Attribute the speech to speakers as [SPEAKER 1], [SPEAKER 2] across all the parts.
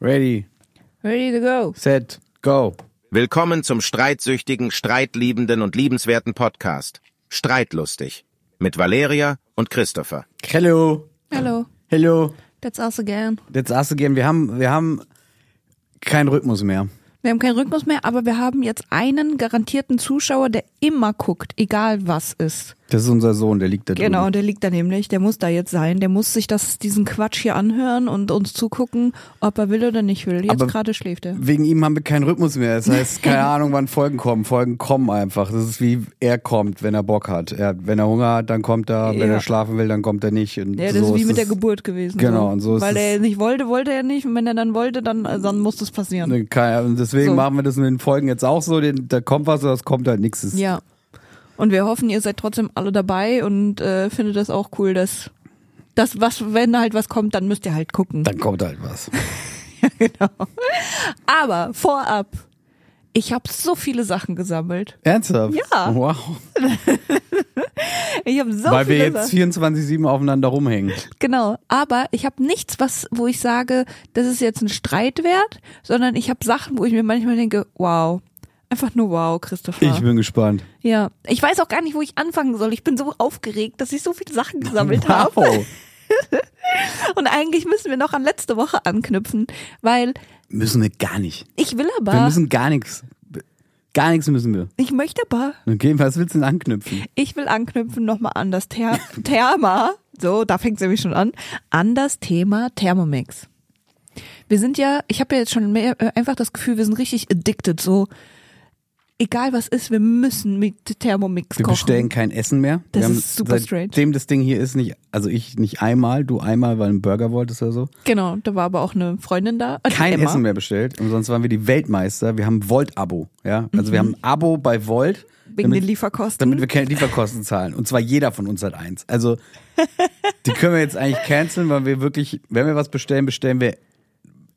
[SPEAKER 1] Ready,
[SPEAKER 2] Ready to go.
[SPEAKER 1] set, go.
[SPEAKER 3] Willkommen zum streitsüchtigen, streitliebenden und liebenswerten Podcast. Streitlustig. Mit Valeria und Christopher.
[SPEAKER 1] Hello,
[SPEAKER 2] Hello.
[SPEAKER 1] hello.
[SPEAKER 2] That's us again.
[SPEAKER 1] That's us again. Wir haben, wir haben keinen Rhythmus mehr.
[SPEAKER 2] Wir haben keinen Rhythmus mehr, aber wir haben jetzt einen garantierten Zuschauer, der immer guckt, egal was ist.
[SPEAKER 1] Das ist unser Sohn, der liegt da drüben.
[SPEAKER 2] Genau, der liegt da nämlich, der muss da jetzt sein, der muss sich das, diesen Quatsch hier anhören und uns zugucken, ob er will oder nicht will. Jetzt
[SPEAKER 1] Aber-
[SPEAKER 2] gerade schläft er.
[SPEAKER 1] Wegen ihm haben wir keinen Rhythmus mehr. Das heißt, keine Ahnung, wann Folgen kommen. Folgen kommen einfach. Das ist wie er kommt, wenn er Bock hat. Er, wenn er Hunger hat, dann kommt er. Wenn
[SPEAKER 2] Ja.
[SPEAKER 1] er schlafen will, dann kommt er nicht. Und
[SPEAKER 2] Ja, das
[SPEAKER 1] so
[SPEAKER 2] ist wie mit der
[SPEAKER 1] es.
[SPEAKER 2] Geburt gewesen.
[SPEAKER 1] Genau, und so ist
[SPEAKER 2] Weil
[SPEAKER 1] es-
[SPEAKER 2] er nicht wollte, wollte er nicht. Und wenn er dann wollte, dann, äh, dann musste es passieren.
[SPEAKER 1] Ne, keine- und Deswegen
[SPEAKER 2] So.
[SPEAKER 1] machen wir das mit den Folgen jetzt auch so. Den, da kommt was, das kommt halt nichts. Das-
[SPEAKER 2] Ja. Und wir hoffen, ihr seid trotzdem alle dabei und äh, findet das auch cool, dass das was, wenn halt was kommt, dann müsst ihr halt gucken.
[SPEAKER 1] Dann kommt halt was.
[SPEAKER 2] Aber vorab, ich habe so viele Sachen gesammelt.
[SPEAKER 1] Ernsthaft?
[SPEAKER 2] Ja.
[SPEAKER 1] Wow.
[SPEAKER 2] Ich habe so
[SPEAKER 1] Weil wir
[SPEAKER 2] viele
[SPEAKER 1] jetzt
[SPEAKER 2] Sachen.
[SPEAKER 1] 24-7 aufeinander rumhängen.
[SPEAKER 2] Genau. Aber ich habe nichts, was, wo ich sage, das ist jetzt ein Streit wert, sondern ich habe Sachen, wo ich mir manchmal denke, wow. Einfach nur wow, Christopher.
[SPEAKER 1] Ich bin gespannt.
[SPEAKER 2] ja. Ich weiß auch gar nicht, wo ich anfangen soll. Ich bin so aufgeregt, dass ich so viele Sachen gesammelt habe.
[SPEAKER 1] Wow.
[SPEAKER 2] Und eigentlich müssen wir noch an letzte Woche anknüpfen, weil
[SPEAKER 1] Müssen wir gar nicht.
[SPEAKER 2] ich will
[SPEAKER 1] Wir
[SPEAKER 2] aber,
[SPEAKER 1] müssen gar nichts. Gar nichts müssen wir.
[SPEAKER 2] ich möchte aber,
[SPEAKER 1] Okay, was willst du denn anknüpfen?
[SPEAKER 2] ich will anknüpfen nochmal an das Ther Thema, so, da fängt es nämlich schon an, an das Thema Thermomix. Wir sind ja, ich habe ja jetzt schon mehr, äh, einfach das Gefühl, wir sind richtig addicted, so, egal was ist, wir müssen mit Thermomix
[SPEAKER 1] Wir
[SPEAKER 2] kochen.
[SPEAKER 1] bestellen kein Essen mehr.
[SPEAKER 2] Das
[SPEAKER 1] wir haben
[SPEAKER 2] ist super strange.
[SPEAKER 1] Seitdem das Ding hier ist, nicht, also ich nicht einmal, du einmal, weil du einen Burger wolltest oder so.
[SPEAKER 2] Genau, da war aber auch eine Freundin da. äh, die
[SPEAKER 1] Kein
[SPEAKER 2] Emma.
[SPEAKER 1] Essen mehr bestellt. Und sonst waren wir die Weltmeister. Wir haben ein Volt-Abo. Ja? Also wir haben ein Abo bei Volt.
[SPEAKER 2] Mhm. Wegen den Lieferkosten.
[SPEAKER 1] Damit wir keine Lieferkosten zahlen. Und zwar jeder von uns hat eins. Also die können wir jetzt eigentlich canceln, weil wir wirklich, wenn wir was bestellen, bestellen wir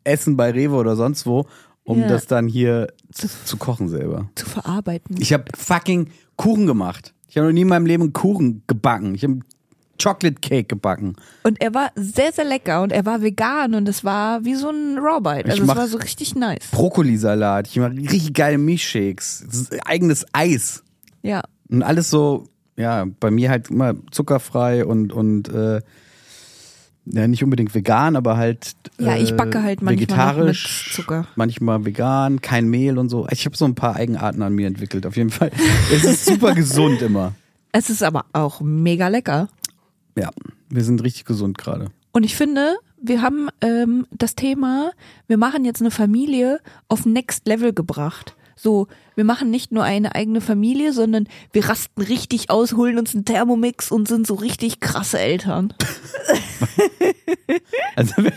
[SPEAKER 1] Essen bei Rewe oder sonst wo, um
[SPEAKER 2] Ja.
[SPEAKER 1] das dann hier zu, zu kochen selber.
[SPEAKER 2] zu verarbeiten.
[SPEAKER 1] Ich habe fucking Kuchen gemacht. Ich habe noch nie in meinem Leben einen Kuchen gebacken. Ich habe Chocolate Cake gebacken.
[SPEAKER 2] Und er war sehr, sehr lecker und er war vegan und es war wie so ein Rawbite. Also
[SPEAKER 1] Ich
[SPEAKER 2] es
[SPEAKER 1] mach-
[SPEAKER 2] war so richtig nice.
[SPEAKER 1] Brokkolisalat. Ich mache richtig geile Milchshakes. Das ist Eigenes Eis.
[SPEAKER 2] Ja.
[SPEAKER 1] Und alles so, ja, bei mir halt immer zuckerfrei und, und äh, ja, nicht unbedingt vegan, aber halt.
[SPEAKER 2] Ja,
[SPEAKER 1] äh,
[SPEAKER 2] ich backe halt manchmal
[SPEAKER 1] vegetarisch,
[SPEAKER 2] noch mit Zucker.
[SPEAKER 1] Manchmal vegan, kein Mehl und so. Ich habe so ein paar Eigenarten an mir entwickelt, auf jeden Fall. es ist super gesund immer.
[SPEAKER 2] Es ist aber auch mega lecker.
[SPEAKER 1] Ja, wir sind richtig gesund gerade.
[SPEAKER 2] Und ich finde, wir haben ähm, das Thema, wir machen jetzt eine Familie auf Next Level gebracht. So, wir machen nicht nur eine eigene Familie, sondern wir rasten richtig aus, holen uns einen Thermomix und sind so richtig krasse Eltern.
[SPEAKER 1] Also, wenn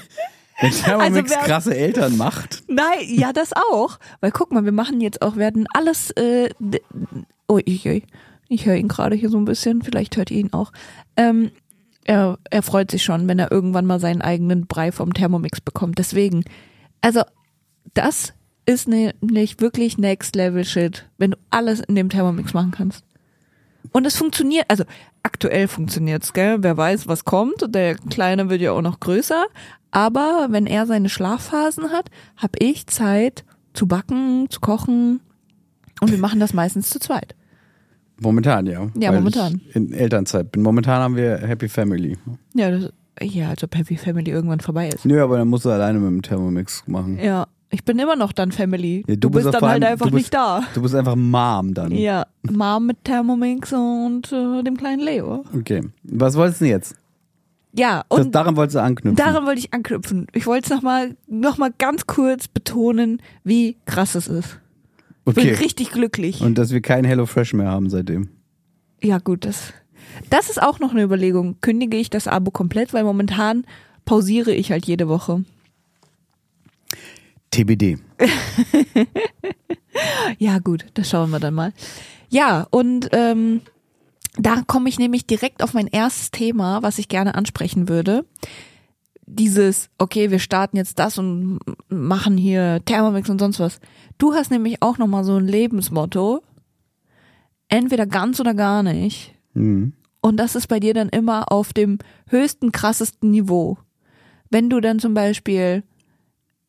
[SPEAKER 1] wenn Thermomix
[SPEAKER 2] Also wer-
[SPEAKER 1] krasse Eltern macht,
[SPEAKER 2] Nein, ja, das auch. Weil guck mal, wir machen jetzt auch, werden alles. Äh, d- oh, ich, ich, ich höre ihn gerade hier so ein bisschen, vielleicht hört ihr ihn auch. Ähm, er, er freut sich schon, wenn er irgendwann mal seinen eigenen Brei vom Thermomix bekommt. Deswegen, also, das ist ne, nicht wirklich Next Level Shit, wenn du alles in dem Thermomix machen kannst. Und es funktioniert, also aktuell funktioniert's, gell? Wer weiß, was kommt. Der Kleine wird ja auch noch größer. Aber wenn er seine Schlafphasen hat, hab ich Zeit zu backen, zu kochen. Und wir machen das meistens zu zweit.
[SPEAKER 1] momentan ja. weil
[SPEAKER 2] momentan.
[SPEAKER 1] Ich in Elternzeit bin. Momentan haben wir Happy Family.
[SPEAKER 2] Ja, das, ja, als ob Happy Family irgendwann vorbei ist.
[SPEAKER 1] Nö, aber dann musst du alleine mit dem Thermomix machen.
[SPEAKER 2] Ja, ich bin immer noch dann Family.
[SPEAKER 1] Ja,
[SPEAKER 2] du, bist,
[SPEAKER 1] ja
[SPEAKER 2] dann
[SPEAKER 1] vor
[SPEAKER 2] halt
[SPEAKER 1] allem-
[SPEAKER 2] einfach
[SPEAKER 1] du bist,
[SPEAKER 2] nicht da.
[SPEAKER 1] Du bist einfach Mom dann.
[SPEAKER 2] Ja, Mom mit Thermomix und äh, dem kleinen Leo.
[SPEAKER 1] Okay. Was wolltest du denn jetzt?
[SPEAKER 2] Ja,
[SPEAKER 1] Das,
[SPEAKER 2] und
[SPEAKER 1] daran wolltest du anknüpfen.
[SPEAKER 2] Daran wollte ich anknüpfen. Ich wollte es nochmal noch mal ganz kurz betonen, wie krass es ist. Ich bin
[SPEAKER 1] okay.
[SPEAKER 2] richtig glücklich.
[SPEAKER 1] Und dass wir kein Hello Fresh mehr haben seitdem.
[SPEAKER 2] ja, gut, das, das ist auch noch eine Überlegung. Kündige ich das Abo komplett, weil momentan pausiere ich halt jede Woche.
[SPEAKER 1] TBD.
[SPEAKER 2] Ja, gut, das schauen wir dann mal. Ja, und ähm, da komme ich nämlich direkt auf mein erstes Thema, was ich gerne ansprechen würde. Dieses, okay, wir starten jetzt das und machen hier Thermomix und sonst was. Du hast nämlich auch nochmal so ein Lebensmotto. Entweder ganz oder gar nicht.
[SPEAKER 1] Mhm.
[SPEAKER 2] Und das ist bei dir dann immer auf dem höchsten, krassesten Niveau. Wenn du dann zum Beispiel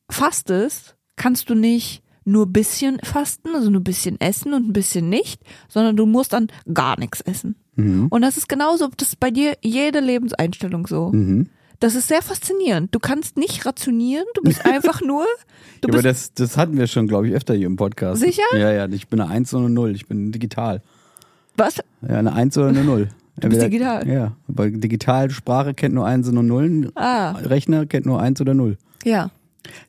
[SPEAKER 2] fastest, kannst du nicht nur ein bisschen fasten, also nur ein bisschen essen und ein bisschen nicht, sondern du musst dann gar nichts essen.
[SPEAKER 1] Mhm.
[SPEAKER 2] Und das ist genauso, das ist bei dir jede Lebenseinstellung so.
[SPEAKER 1] Mhm.
[SPEAKER 2] Das ist sehr faszinierend. Du kannst nicht rationieren, du bist einfach nur, du
[SPEAKER 1] Ja, aber das,
[SPEAKER 2] bist
[SPEAKER 1] das hatten wir schon, glaube ich, öfter hier im Podcast.
[SPEAKER 2] Sicher?
[SPEAKER 1] Ja, ja. Ich bin eine Eins oder eine Null. Ich bin digital.
[SPEAKER 2] was?
[SPEAKER 1] Ja, eine Eins oder eine Null. Du
[SPEAKER 2] bist digital.
[SPEAKER 1] Ja, aber digital Sprache kennt nur Einsen und Nullen.
[SPEAKER 2] Ah.
[SPEAKER 1] Rechner kennt nur Eins oder Null.
[SPEAKER 2] Ja.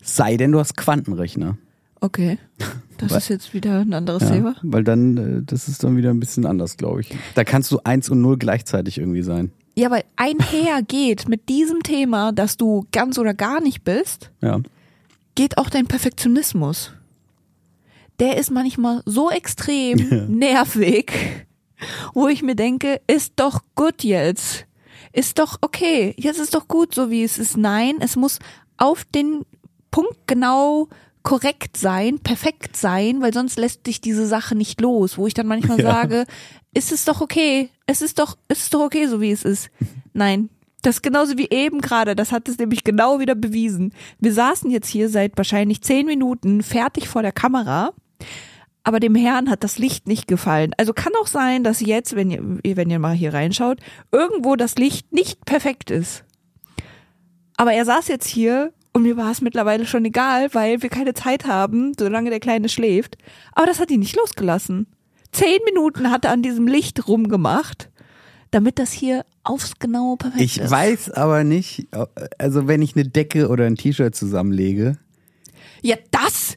[SPEAKER 1] Sei denn, du hast Quantenrechner.
[SPEAKER 2] Okay. Das ist jetzt wieder ein anderes
[SPEAKER 1] Ja,
[SPEAKER 2] Thema.
[SPEAKER 1] weil dann, äh, das ist dann wieder ein bisschen anders, glaube ich. Da kannst du Eins und Null gleichzeitig irgendwie sein.
[SPEAKER 2] Ja, weil einhergeht mit diesem Thema, dass du ganz oder gar nicht bist,
[SPEAKER 1] Ja.
[SPEAKER 2] geht auch dein Perfektionismus. Der ist manchmal so extrem nervig, wo ich mir denke, ist doch gut jetzt. Ist doch okay. Jetzt ist doch gut, so wie es ist. Nein, es muss auf den Punkt genau korrekt sein, perfekt sein, weil sonst lässt dich diese Sache nicht los, wo ich dann manchmal
[SPEAKER 1] Ja.
[SPEAKER 2] sage, ist es doch okay. Es ist doch, es ist doch okay, so wie es ist. Nein. Das ist genauso wie eben gerade, das hat es nämlich genau wieder bewiesen. Wir saßen jetzt hier seit wahrscheinlich zehn Minuten fertig vor der Kamera, aber dem Herrn hat das Licht nicht gefallen. Also kann auch sein, dass jetzt, wenn ihr, wenn ihr mal hier reinschaut, irgendwo das Licht nicht perfekt ist. Aber er saß jetzt hier und mir war es mittlerweile schon egal, weil wir keine Zeit haben, solange der Kleine schläft. Aber das hat ihn nicht losgelassen. Zehn Minuten hat er an diesem Licht rumgemacht, damit das hier aufs genaue perfekt
[SPEAKER 1] Ich
[SPEAKER 2] ist.
[SPEAKER 1] weiß aber nicht, also wenn ich eine Decke oder ein T-Shirt zusammenlege,
[SPEAKER 2] Ja, das!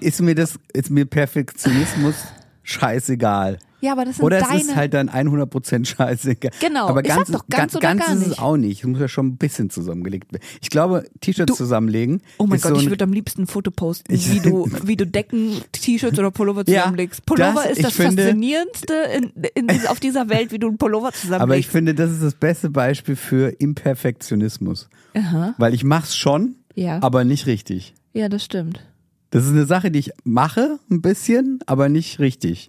[SPEAKER 1] ist mir das, ist mir Perfektionismus scheißegal.
[SPEAKER 2] Ja, aber das sind
[SPEAKER 1] Oder
[SPEAKER 2] deine.
[SPEAKER 1] es ist halt dann 100% scheißegal.
[SPEAKER 2] Genau,
[SPEAKER 1] aber
[SPEAKER 2] ich sag
[SPEAKER 1] ganz,
[SPEAKER 2] doch, ganz
[SPEAKER 1] ga-
[SPEAKER 2] oder gar
[SPEAKER 1] ist es
[SPEAKER 2] nicht.
[SPEAKER 1] auch nicht. Es muss ja schon ein bisschen zusammengelegt werden. Ich glaube, T-Shirts zusammenlegen.
[SPEAKER 2] oh mein
[SPEAKER 1] ist
[SPEAKER 2] Gott,
[SPEAKER 1] so
[SPEAKER 2] ich
[SPEAKER 1] ein-
[SPEAKER 2] würde am liebsten ein Foto posten, wie du, wie du Decken, T-Shirts oder Pullover
[SPEAKER 1] Ja,
[SPEAKER 2] zusammenlegst. Pullover
[SPEAKER 1] das-
[SPEAKER 2] ist
[SPEAKER 1] ich
[SPEAKER 2] das
[SPEAKER 1] finde-
[SPEAKER 2] Faszinierendste in, in, auf dieser Welt, wie du einen Pullover
[SPEAKER 1] Aber ich
[SPEAKER 2] zusammenlegst.
[SPEAKER 1] finde, das ist das beste Beispiel für Imperfektionismus.
[SPEAKER 2] Aha.
[SPEAKER 1] Weil ich mach's schon,
[SPEAKER 2] Ah. Ja.
[SPEAKER 1] aber nicht richtig.
[SPEAKER 2] Ja, das stimmt.
[SPEAKER 1] Das ist eine Sache, die ich mache, ein bisschen, aber nicht richtig.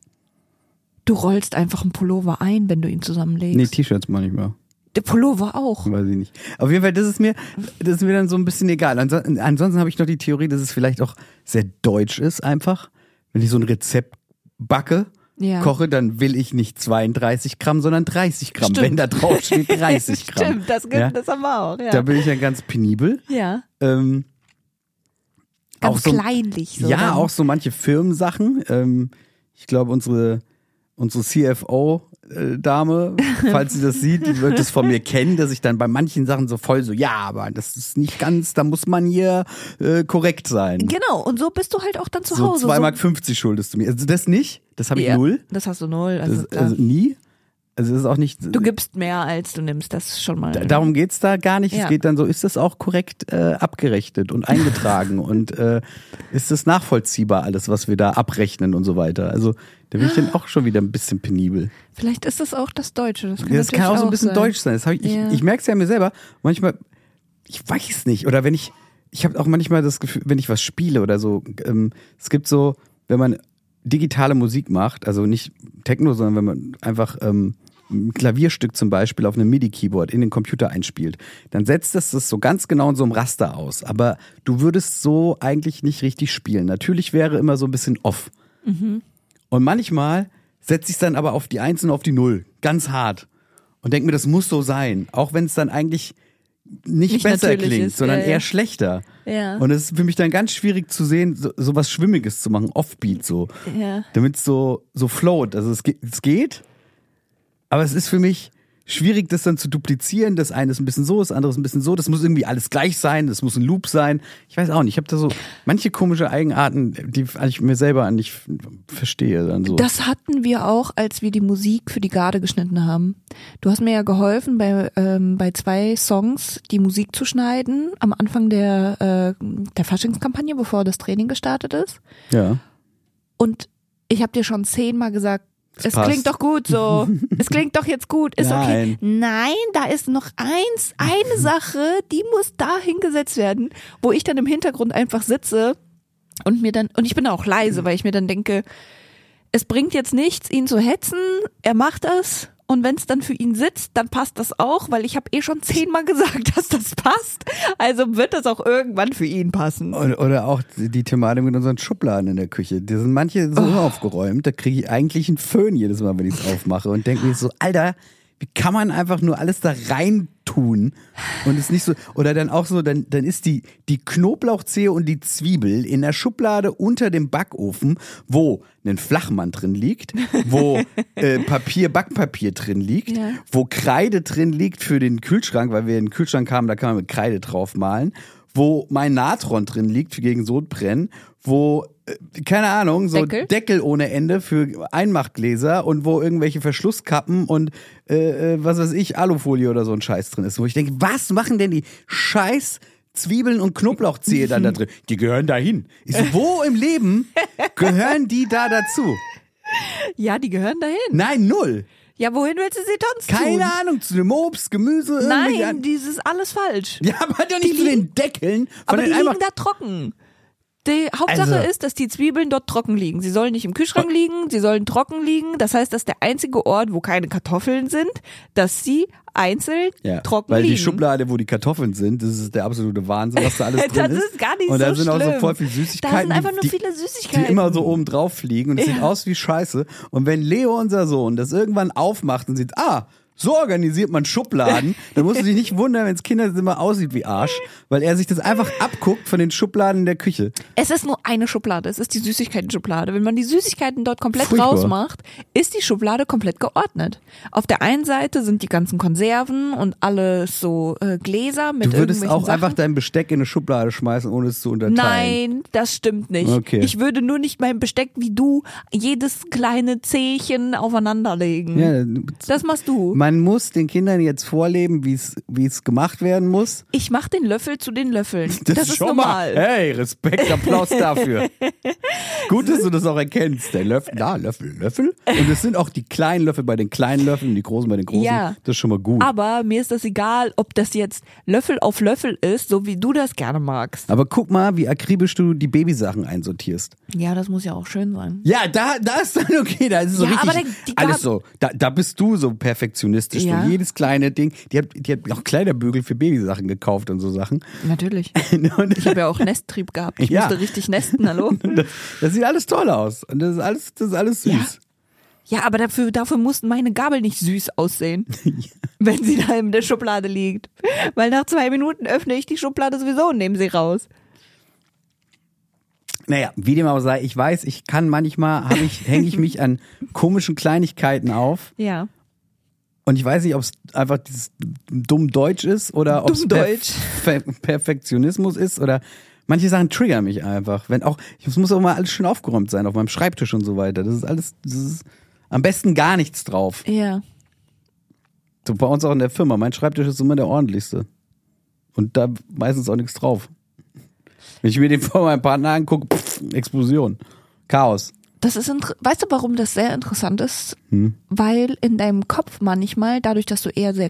[SPEAKER 2] Du rollst einfach einen Pullover ein, wenn du ihn zusammenlegst.
[SPEAKER 1] Nee, T-Shirts manchmal.
[SPEAKER 2] Der Pullover auch.
[SPEAKER 1] Weiß ich nicht. Auf jeden Fall, das ist mir, das ist mir dann so ein bisschen egal. Anso- ansonsten habe ich noch die Theorie, dass es vielleicht auch sehr deutsch ist, einfach. Wenn ich so ein Rezept backe,
[SPEAKER 2] Ja.
[SPEAKER 1] koche, dann will ich nicht 32 Gramm, sondern 30 Gramm,
[SPEAKER 2] Stimmt.
[SPEAKER 1] wenn da drauf steht 30 Gramm.
[SPEAKER 2] Stimmt, das, gibt,
[SPEAKER 1] ja?
[SPEAKER 2] das haben wir auch. Ja,
[SPEAKER 1] Da bin ich ja ganz penibel.
[SPEAKER 2] ja.
[SPEAKER 1] Ähm,
[SPEAKER 2] ganz
[SPEAKER 1] auch so,
[SPEAKER 2] kleinlich. So
[SPEAKER 1] ja,
[SPEAKER 2] dann.
[SPEAKER 1] auch so manche Firmensachen. Ähm, ich glaube, unsere, unsere CFO-Dame, äh, falls sie das sieht, wird es von mir kennen, dass ich dann bei manchen Sachen so voll so, ja, aber das ist nicht ganz, da muss man hier äh, korrekt sein.
[SPEAKER 2] Genau, und so bist du halt auch dann zu
[SPEAKER 1] So
[SPEAKER 2] Hause.
[SPEAKER 1] 2,50 Mark 50 schuldest du mir. Also das nicht, das habe ich
[SPEAKER 2] ja,
[SPEAKER 1] null.
[SPEAKER 2] Das hast du null. Also,
[SPEAKER 1] Das,
[SPEAKER 2] klar.
[SPEAKER 1] also nie. Also das ist auch nicht.
[SPEAKER 2] du gibst mehr, als du nimmst. Das ist schon mal.
[SPEAKER 1] Da- Darum geht's da gar nicht.
[SPEAKER 2] Ja.
[SPEAKER 1] Es geht dann so, ist das auch korrekt äh, abgerechnet und eingetragen und äh, ist das nachvollziehbar alles, was wir da abrechnen und so weiter. Also da bin ich dann auch schon wieder ein bisschen penibel.
[SPEAKER 2] Vielleicht ist das auch das Deutsche. Das kann,
[SPEAKER 1] das kann
[SPEAKER 2] natürlich
[SPEAKER 1] auch so ein bisschen
[SPEAKER 2] sein.
[SPEAKER 1] deutsch sein. Das hab ich
[SPEAKER 2] Ja.
[SPEAKER 1] ich, ich merke es ja mir selber. Manchmal, ich weiß nicht. Oder wenn ich, ich habe auch manchmal das Gefühl, wenn ich was spiele oder so, ähm, es gibt so, wenn man digitale Musik macht, also nicht Techno, sondern wenn man einfach ähm, ein Klavierstück zum Beispiel auf einem MIDI-Keyboard in den Computer einspielt, dann setzt es das so ganz genau in so einem Raster aus. Aber du würdest so eigentlich nicht richtig spielen. Natürlich wäre immer so ein bisschen off. Und manchmal setze ich es dann aber auf die Eins und auf die Null. Ganz hart. Und denke mir, das muss so sein. Auch wenn es dann eigentlich nicht,
[SPEAKER 2] Nicht
[SPEAKER 1] besser
[SPEAKER 2] natürlich
[SPEAKER 1] klingt,
[SPEAKER 2] ist,
[SPEAKER 1] sondern
[SPEAKER 2] ja, ja.
[SPEAKER 1] eher schlechter.
[SPEAKER 2] Ja.
[SPEAKER 1] Und es ist für mich dann ganz schwierig zu sehen, so, so was Schwimmiges zu machen, Offbeat so.
[SPEAKER 2] Ja.
[SPEAKER 1] Damit es so, so float. Also es, ge- es geht, aber es ist für mich schwierig, das dann zu duplizieren. Das eine ist ein bisschen so, das andere ist ein bisschen so. Das muss irgendwie alles gleich sein. Das muss ein Loop sein. Ich weiß auch nicht. Ich habe da so manche komische Eigenarten, die ich mir selber nicht f- verstehe. Dann so.
[SPEAKER 2] Das hatten wir auch, als wir die Musik für die Garde geschnitten haben. Du hast mir ja geholfen, bei, ähm, bei zwei Songs die Musik zu schneiden, am Anfang der, äh, der Faschingskampagne, bevor das Training gestartet ist.
[SPEAKER 1] ja.
[SPEAKER 2] Und ich habe dir schon zehnmal gesagt, es
[SPEAKER 1] passt.
[SPEAKER 2] klingt doch gut so. es klingt doch jetzt gut. Ist okay.
[SPEAKER 1] Nein.
[SPEAKER 2] Nein, da ist noch eins, eine Sache, die muss da hingesetzt werden, wo ich dann im Hintergrund einfach sitze und mir dann, und ich bin auch leise, weil ich mir dann denke, es bringt jetzt nichts, ihn zu hetzen, er macht das. Und wenn es dann für ihn sitzt, dann passt das auch, weil ich habe eh schon zehnmal gesagt, dass das passt. Also wird das auch irgendwann für ihn passen.
[SPEAKER 1] Oder, oder auch die Thematik mit unseren Schubladen in der Küche. Die sind manche so aufgeräumt, da kriege ich eigentlich einen Föhn jedes Mal, wenn ich es aufmache und denke mir so, Alter, wie kann man einfach nur alles da rein tun und es nicht so oder dann auch so dann dann ist die die Knoblauchzehe und die Zwiebel in der Schublade unter dem Backofen, wo ein Flachmann drin liegt, wo äh, Papier Backpapier drin liegt,
[SPEAKER 2] Ja.
[SPEAKER 1] wo Kreide drin liegt für den Kühlschrank, weil wir in den Kühlschrank haben, da kann man mit Kreide draufmalen, wo mein Natron drin liegt für gegen Sodbrennen, wo äh, keine Ahnung, so
[SPEAKER 2] Deckel?
[SPEAKER 1] Deckel ohne Ende für Einmachgläser und wo irgendwelche Verschlusskappen und äh, äh, was weiß ich, Alufolie oder so ein Scheiß drin ist. Wo ich denke, was machen denn die Scheiß Zwiebeln und Knoblauchzehe dann da drin? Die gehören dahin. Ich so, wo im Leben gehören die da dazu?
[SPEAKER 2] Ja, die gehören dahin.
[SPEAKER 1] Nein, null.
[SPEAKER 2] Ja, wohin willst du sie sonst tun?
[SPEAKER 1] Keine Ahnung, zu dem Obst, Gemüse, irgendwie
[SPEAKER 2] Nein,
[SPEAKER 1] an-
[SPEAKER 2] dieses alles falsch.
[SPEAKER 1] Ja, aber doch nicht
[SPEAKER 2] die
[SPEAKER 1] zu den Deckeln. Von
[SPEAKER 2] Aber
[SPEAKER 1] den
[SPEAKER 2] die
[SPEAKER 1] Einmach-
[SPEAKER 2] liegen da trocken. Die Hauptsache
[SPEAKER 1] Also-
[SPEAKER 2] ist, dass die Zwiebeln dort trocken liegen. Sie sollen nicht im Kühlschrank liegen, sie sollen trocken liegen. Das heißt, das ist der einzige Ort, wo keine Kartoffeln sind, dass sie einzeln
[SPEAKER 1] Ja,
[SPEAKER 2] trocken
[SPEAKER 1] weil
[SPEAKER 2] liegen.
[SPEAKER 1] die Schublade, wo die Kartoffeln sind, das ist der absolute Wahnsinn, was da alles drin
[SPEAKER 2] das
[SPEAKER 1] ist.
[SPEAKER 2] ist gar nicht
[SPEAKER 1] Und da
[SPEAKER 2] so
[SPEAKER 1] sind auch so
[SPEAKER 2] schlimm.
[SPEAKER 1] voll viele
[SPEAKER 2] Da
[SPEAKER 1] Süßigkeiten.
[SPEAKER 2] sind einfach
[SPEAKER 1] die-
[SPEAKER 2] nur
[SPEAKER 1] die,
[SPEAKER 2] viele
[SPEAKER 1] Die
[SPEAKER 2] Süßigkeiten.
[SPEAKER 1] immer so oben drauf fliegen und es sieht
[SPEAKER 2] Ja.
[SPEAKER 1] aus wie Scheiße. Und wenn Leo, unser Sohn, das irgendwann aufmacht und sieht, ah, so organisiert man Schubladen, dann musst du dich nicht wundern, wenn das Kinderzimmer aussieht wie Arsch, weil er sich das einfach abguckt von den Schubladen in der Küche.
[SPEAKER 2] Es ist nur eine Schublade, es ist die Süßigkeiten-Schublade. Wenn man die Süßigkeiten dort komplett
[SPEAKER 1] Furchtbar.
[SPEAKER 2] rausmacht, ist die Schublade komplett geordnet. Auf der einen Seite sind die ganzen Konserven und alles so äh, Gläser mit
[SPEAKER 1] Du würdest
[SPEAKER 2] irgendwelchen
[SPEAKER 1] auch
[SPEAKER 2] Sachen.
[SPEAKER 1] einfach dein Besteck in eine Schublade schmeißen, ohne es zu unterteilen.
[SPEAKER 2] Nein, das stimmt nicht.
[SPEAKER 1] Okay.
[SPEAKER 2] Ich würde nur nicht mein Besteck wie du jedes kleine Zehchen aufeinanderlegen.
[SPEAKER 1] Ja,
[SPEAKER 2] Das machst du.
[SPEAKER 1] Äh, man muss den Kindern jetzt vorleben, wie es wie es gemacht werden muss.
[SPEAKER 2] Ich mach den Löffel zu den Löffeln. Das, ist
[SPEAKER 1] schon
[SPEAKER 2] normal.
[SPEAKER 1] Mal, hey, Respekt, Applaus dafür. Gut, dass du das auch erkennst. Der Löffel, da, Löffel, Löffel. Und es sind auch die kleinen Löffel bei den kleinen Löffeln, die großen bei den großen.
[SPEAKER 2] Ja.
[SPEAKER 1] Das ist schon mal gut.
[SPEAKER 2] Aber mir ist das egal, ob das jetzt Löffel auf Löffel ist, so wie du das gerne magst.
[SPEAKER 1] Aber guck mal, wie akribisch du die Babysachen einsortierst.
[SPEAKER 2] Ja, das muss ja auch schön sein.
[SPEAKER 1] Ja, da, da ist dann okay, da ist so
[SPEAKER 2] Ja,
[SPEAKER 1] richtig
[SPEAKER 2] aber da- die
[SPEAKER 1] alles
[SPEAKER 2] gab-
[SPEAKER 1] so. Da, da bist du so perfektionistisch.
[SPEAKER 2] Ja.
[SPEAKER 1] Du, jedes kleine Ding. Die hat, die hat auch Kleiderbügel für Babysachen gekauft und so Sachen.
[SPEAKER 2] Natürlich.
[SPEAKER 1] Und
[SPEAKER 2] Ich habe ja auch Nesttrieb gehabt. Ich
[SPEAKER 1] Ja.
[SPEAKER 2] musste richtig nesten, hallo?
[SPEAKER 1] das, das sieht alles toll aus. Und das ist alles, das ist alles süß.
[SPEAKER 2] Ja. Ja, aber dafür, dafür mussten meine Gabel nicht süß aussehen, wenn sie da in der Schublade liegt. Weil nach zwei Minuten öffne ich die Schublade sowieso und nehme sie raus.
[SPEAKER 1] Naja, wie dem auch sei, ich weiß, ich kann manchmal, hab ich, hänge ich mich an komischen Kleinigkeiten auf
[SPEAKER 2] Ja.
[SPEAKER 1] und ich weiß nicht, ob es einfach dieses dumm Deutsch ist oder ob es
[SPEAKER 2] Dumm
[SPEAKER 1] per
[SPEAKER 2] Deutsch.
[SPEAKER 1] per Perfektionismus ist oder manche Sachen triggern mich einfach. Wenn auch, es muss auch mal alles schön aufgeräumt sein auf meinem Schreibtisch und so weiter. Das ist alles, das ist am besten gar nichts drauf.
[SPEAKER 2] Ja.
[SPEAKER 1] So bei uns auch in der Firma. Mein Schreibtisch ist immer der ordentlichste. Und da meistens auch nichts drauf. Wenn ich mir den vor meinem Partner angucke, pff, Explosion. Chaos.
[SPEAKER 2] Das ist inter- weißt du, warum das sehr interessant ist?
[SPEAKER 1] Hm.
[SPEAKER 2] Weil in deinem Kopf manchmal, dadurch, dass du eher sehr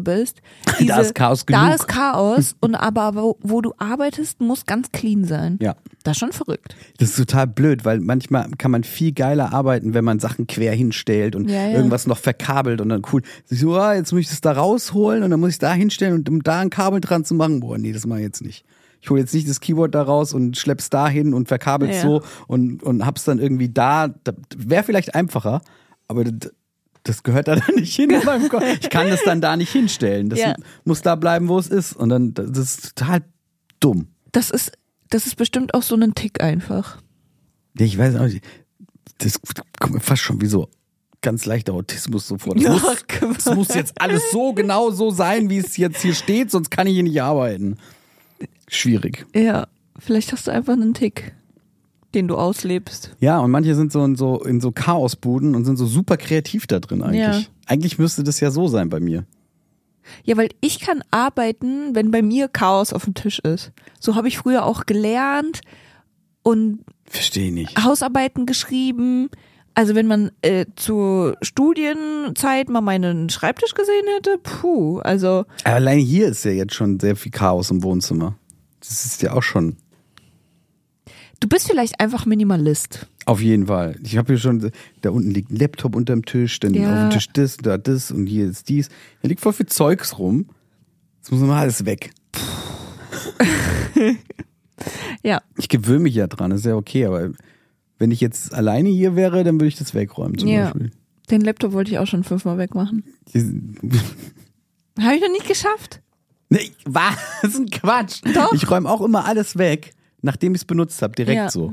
[SPEAKER 2] bist, diese,
[SPEAKER 1] ist Chaos
[SPEAKER 2] Da
[SPEAKER 1] genug.
[SPEAKER 2] ist Chaos und aber wo, wo du arbeitest, muss ganz clean sein.
[SPEAKER 1] Ja.
[SPEAKER 2] Das ist schon verrückt.
[SPEAKER 1] Das ist total blöd, weil manchmal kann man viel geiler arbeiten, wenn man Sachen quer hinstellt und
[SPEAKER 2] Ja, ja.
[SPEAKER 1] irgendwas noch verkabelt und dann cool. Sich so, ah, jetzt muss ich das da rausholen und dann muss ich da hinstellen und um da ein Kabel dran zu machen. Boah, nee, das mache ich jetzt nicht. Ich hole jetzt nicht das Keyboard da raus und schlepp's da hin und verkabel's
[SPEAKER 2] Ja.
[SPEAKER 1] so und, und hab's dann irgendwie da. da Wäre vielleicht einfacher, aber d- das gehört da dann nicht hin in meinem Kopf. Ich kann das dann da nicht hinstellen. Das
[SPEAKER 2] Ja.
[SPEAKER 1] muss da bleiben, wo es ist. Und dann, das ist total dumm.
[SPEAKER 2] Das ist, das ist bestimmt auch so ein Tick einfach.
[SPEAKER 1] Ja, ich weiß auch nicht. Das kommt mir fast schon wie so ganz leichter Autismus so vor. Das,
[SPEAKER 2] Ja,
[SPEAKER 1] muss,
[SPEAKER 2] Quatsch.
[SPEAKER 1] das muss jetzt alles so genau so sein, wie es jetzt hier steht, sonst kann ich hier nicht arbeiten. Schwierig.
[SPEAKER 2] Ja. Vielleicht hast du einfach einen Tick, den du auslebst.
[SPEAKER 1] Ja, und manche sind so in so, in so Chaosbuden und sind so super kreativ da drin eigentlich.
[SPEAKER 2] Ja.
[SPEAKER 1] Eigentlich müsste das ja so sein bei mir.
[SPEAKER 2] Ja, weil ich kann arbeiten, wenn bei mir Chaos auf dem Tisch ist. So habe ich früher auch gelernt und
[SPEAKER 1] Verstehe nicht.
[SPEAKER 2] Hausarbeiten geschrieben. Also wenn man äh, zur Studienzeit mal meinen Schreibtisch gesehen hätte, puh, also
[SPEAKER 1] Aber allein hier ist ja jetzt schon sehr viel Chaos im Wohnzimmer. Das ist ja auch schon.
[SPEAKER 2] Du bist vielleicht einfach Minimalist.
[SPEAKER 1] Auf jeden Fall. Ich habe hier schon, da unten liegt ein Laptop unterm Tisch, dann
[SPEAKER 2] Ja.
[SPEAKER 1] auf dem Tisch das, da das und hier ist dies. Hier liegt voll viel Zeugs rum. Jetzt muss mal alles weg.
[SPEAKER 2] Ja.
[SPEAKER 1] Ich gewöhne mich ja dran, ist ja okay, aber wenn ich jetzt alleine hier wäre, dann würde ich das wegräumen zum
[SPEAKER 2] ja.
[SPEAKER 1] Beispiel.
[SPEAKER 2] Den Laptop wollte ich auch schon fünfmal wegmachen.
[SPEAKER 1] Hier-
[SPEAKER 2] Habe ich noch nicht geschafft.
[SPEAKER 1] Nee, was ein Quatsch.
[SPEAKER 2] Doch.
[SPEAKER 1] Ich räume auch immer alles weg, nachdem ich es benutzt habe, direkt
[SPEAKER 2] Ja.
[SPEAKER 1] so.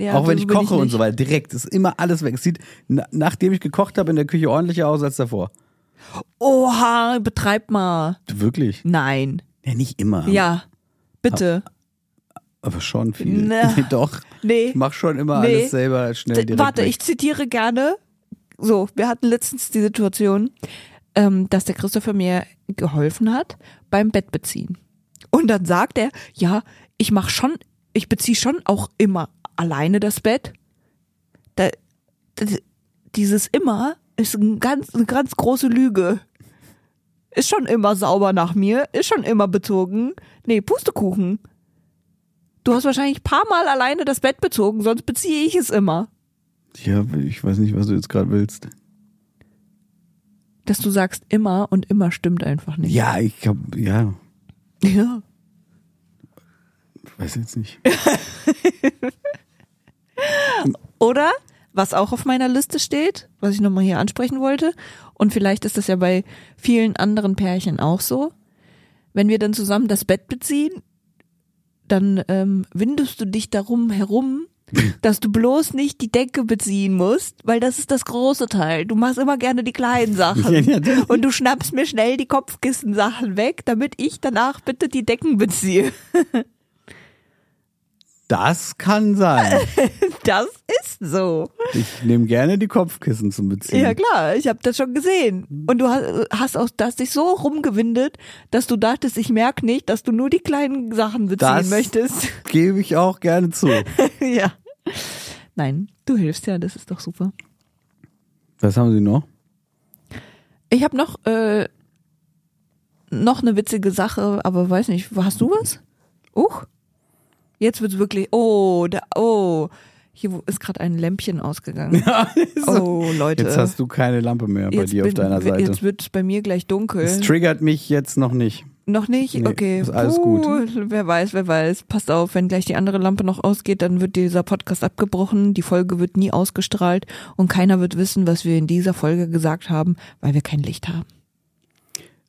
[SPEAKER 2] Ja,
[SPEAKER 1] auch wenn
[SPEAKER 2] so
[SPEAKER 1] ich
[SPEAKER 2] bin
[SPEAKER 1] koche und
[SPEAKER 2] nicht.
[SPEAKER 1] so weiter, direkt ist immer alles weg. Es sieht, na, nachdem ich gekocht habe, in der Küche ordentlicher aus als davor.
[SPEAKER 2] Oha, betreib mal.
[SPEAKER 1] Wirklich?
[SPEAKER 2] Nein.
[SPEAKER 1] Ja, nicht immer.
[SPEAKER 2] Ja. Bitte.
[SPEAKER 1] Aber schon viel.
[SPEAKER 2] Na.
[SPEAKER 1] Nee, Doch.
[SPEAKER 2] Nee.
[SPEAKER 1] Ich mach schon immer
[SPEAKER 2] Nee.
[SPEAKER 1] alles selber schnell
[SPEAKER 2] D-
[SPEAKER 1] direkt.
[SPEAKER 2] Warte,
[SPEAKER 1] weg.
[SPEAKER 2] ich zitiere gerne. So, wir hatten letztens die Situation, ähm, dass der Christopher mir geholfen hat beim Bettbeziehen. Und dann sagt er, ja, ich mache schon, ich beziehe schon auch immer alleine das Bett. Da, das, dieses immer ist ein ganz, eine ganz große Lüge. Ist schon immer sauber nach mir, ist schon immer bezogen. Nee, Pustekuchen. Du hast wahrscheinlich ein paar Mal alleine das Bett bezogen, sonst beziehe ich es immer.
[SPEAKER 1] Ja, ich weiß nicht, was du jetzt gerade willst.
[SPEAKER 2] dass du sagst immer und immer stimmt einfach nicht.
[SPEAKER 1] Ja, ich hab, ja,
[SPEAKER 2] Ja.
[SPEAKER 1] weiß jetzt nicht.
[SPEAKER 2] Oder was auch auf meiner Liste steht, was ich nochmal hier ansprechen wollte, und vielleicht ist das ja bei vielen anderen Pärchen auch so, wenn wir dann zusammen das Bett beziehen, dann ähm, windest du dich darum herum, dass du bloß nicht die Decke beziehen musst, weil das ist das große Teil. Du machst immer gerne die kleinen Sachen.
[SPEAKER 1] Ja, ja, das-
[SPEAKER 2] und du schnappst mir schnell die Kopfkissensachen weg, damit ich danach bitte die Decken beziehe.
[SPEAKER 1] Das kann sein.
[SPEAKER 2] Das ist so.
[SPEAKER 1] Ich nehme gerne die Kopfkissen zum Beziehen.
[SPEAKER 2] Ja klar, ich habe das schon gesehen. Und du hast, hast auch das dich so rumgewindet, dass du dachtest, ich merk nicht, dass du nur die kleinen Sachen beziehen
[SPEAKER 1] Das-
[SPEAKER 2] möchtest.
[SPEAKER 1] Gebe ich auch gerne zu.
[SPEAKER 2] ja. Nein, du hilfst ja, das ist doch super.
[SPEAKER 1] Was haben Sie noch?
[SPEAKER 2] Ich habe noch äh, noch eine witzige Sache, aber weiß nicht, hast du was? Uch. Jetzt wird's wirklich oh, da oh, hier wo- ist gerade ein Lämpchen ausgegangen. Oh, Leute.
[SPEAKER 1] Also, Jetzt hast du keine Lampe mehr bei
[SPEAKER 2] Jetzt
[SPEAKER 1] dir auf
[SPEAKER 2] bin-
[SPEAKER 1] deiner Seite.
[SPEAKER 2] Jetzt wird's bei mir gleich dunkel.
[SPEAKER 1] Es triggert mich jetzt noch nicht.
[SPEAKER 2] Noch nicht?
[SPEAKER 1] Nee,
[SPEAKER 2] okay.
[SPEAKER 1] ist alles gut.
[SPEAKER 2] Wer weiß, wer weiß. Passt auf, wenn gleich die andere Lampe noch ausgeht, dann wird dieser Podcast abgebrochen, die Folge wird nie ausgestrahlt und keiner wird wissen, was wir in dieser Folge gesagt haben, weil wir kein Licht haben.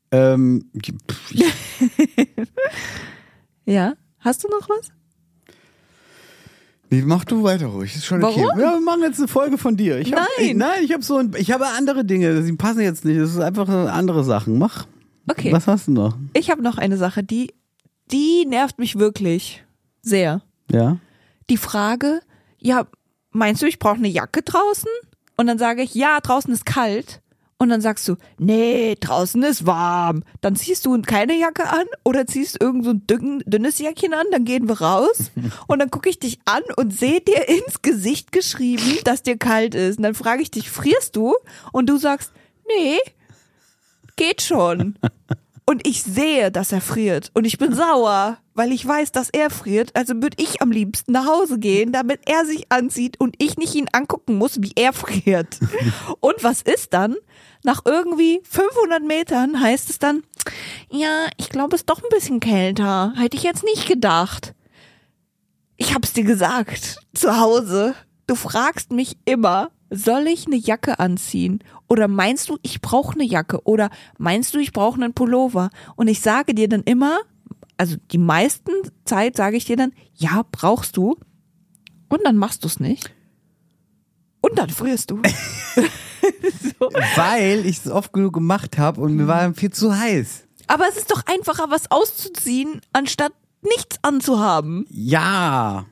[SPEAKER 1] Ähm, pff, ich-
[SPEAKER 2] Ja? Hast du noch was?
[SPEAKER 1] nee, mach du weiter ruhig. Ist schon okay.
[SPEAKER 2] Warum?
[SPEAKER 1] Ja, wir machen jetzt eine Folge von dir. Ich hab,
[SPEAKER 2] Nein.
[SPEAKER 1] Ich, nein, ich habe so ein, ich habe andere Dinge. Die passen jetzt nicht. Das ist einfach andere Sachen. Mach.
[SPEAKER 2] Okay.
[SPEAKER 1] Was hast du noch?
[SPEAKER 2] Ich habe noch eine Sache, die, die nervt mich wirklich sehr.
[SPEAKER 1] Ja.
[SPEAKER 2] Die Frage, ja, meinst du, ich brauche eine Jacke draußen? Und dann sage ich, ja, draußen ist kalt. Und dann sagst du, nee, draußen ist warm. Dann ziehst du keine Jacke an oder ziehst irgend so ein dünn, dünnes Jäckchen an, dann gehen wir raus. Und dann gucke ich dich an und sehe dir ins Gesicht geschrieben, dass dir kalt ist. Und dann frage ich dich, frierst du? Und du sagst, nee, geht schon. Und ich sehe, dass er friert. Und ich bin sauer, weil ich weiß, dass er friert. Also würde ich am liebsten nach Hause gehen, damit er sich anzieht und ich nicht ihn angucken muss, wie er friert. Und was ist dann? Nach irgendwie 500 Metern heißt es dann, ja, ich glaube, es ist doch ein bisschen kälter. Hätte ich jetzt nicht gedacht. Ich hab's dir gesagt, zu Hause. Du fragst mich immer, soll ich eine Jacke anziehen? Oder meinst du, ich brauche eine Jacke? Oder meinst du, ich brauche einen Pullover? Und ich sage dir dann immer, also die meisten Zeit sage ich dir dann, ja, brauchst du. Und dann machst du's nicht. Und dann frierst du.
[SPEAKER 1] Weil ich es oft genug gemacht habe und mir war viel zu heiß.
[SPEAKER 2] Aber es ist doch einfacher, was auszuziehen, anstatt nichts anzuhaben.
[SPEAKER 1] Ja.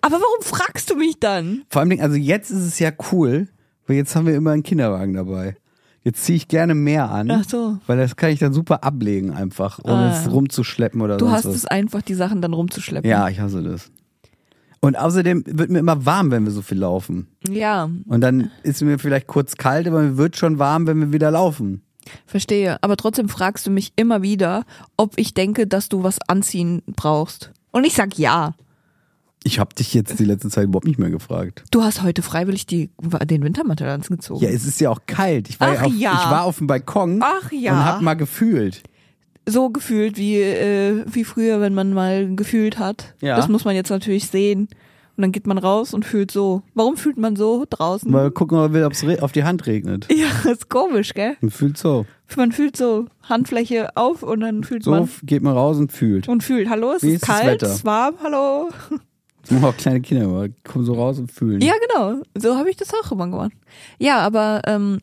[SPEAKER 2] Aber warum fragst du mich dann?
[SPEAKER 1] Vor allem, also jetzt ist es ja cool, weil jetzt haben wir immer einen Kinderwagen dabei. Jetzt ziehe ich gerne mehr an.
[SPEAKER 2] Ach so.
[SPEAKER 1] Weil das kann ich dann super ablegen einfach, ohne
[SPEAKER 2] Ah.
[SPEAKER 1] es rumzuschleppen oder
[SPEAKER 2] Du
[SPEAKER 1] sonst
[SPEAKER 2] hast
[SPEAKER 1] was.
[SPEAKER 2] es einfach, die Sachen dann rumzuschleppen.
[SPEAKER 1] Ja, ich hasse das. Und außerdem wird mir immer warm, wenn wir so viel laufen.
[SPEAKER 2] Ja,
[SPEAKER 1] Und dann ist mir vielleicht kurz kalt, aber mir wird schon warm, wenn wir wieder laufen.
[SPEAKER 2] verstehe. Aber trotzdem fragst du mich immer wieder, ob ich denke, dass du was anziehen brauchst. Und ich sag ja.
[SPEAKER 1] Ich habe dich jetzt die letzte Zeit überhaupt nicht mehr gefragt.
[SPEAKER 2] Du hast heute freiwillig die, den Wintermantel angezogen.
[SPEAKER 1] Ja, es ist ja auch kalt. Ich war,
[SPEAKER 2] Ach
[SPEAKER 1] ja auf,
[SPEAKER 2] ja.
[SPEAKER 1] Ich war auf dem Balkon
[SPEAKER 2] Ach ja.
[SPEAKER 1] und habe mal gefühlt.
[SPEAKER 2] so gefühlt wie, äh, wie früher, wenn man mal gefühlt hat.
[SPEAKER 1] Ja.
[SPEAKER 2] Das muss man jetzt natürlich sehen. Und dann geht man raus und fühlt so. Warum fühlt man so draußen?
[SPEAKER 1] Mal gucken, ob es re- auf die Hand regnet.
[SPEAKER 2] ja, ist komisch, gell?
[SPEAKER 1] Und fühlt so.
[SPEAKER 2] Man fühlt so Handfläche auf und dann fühlt
[SPEAKER 1] So
[SPEAKER 2] man
[SPEAKER 1] f- geht man raus und fühlt.
[SPEAKER 2] und fühlt, hallo, es
[SPEAKER 1] Wie
[SPEAKER 2] ist,
[SPEAKER 1] ist das
[SPEAKER 2] kalt,
[SPEAKER 1] Wetter?
[SPEAKER 2] es ist warm, hallo.
[SPEAKER 1] Oh, kleine Kinder, aber kommen so raus und fühlen.
[SPEAKER 2] Ja, genau. So habe ich das auch immer gemacht. Ja, aber ähm,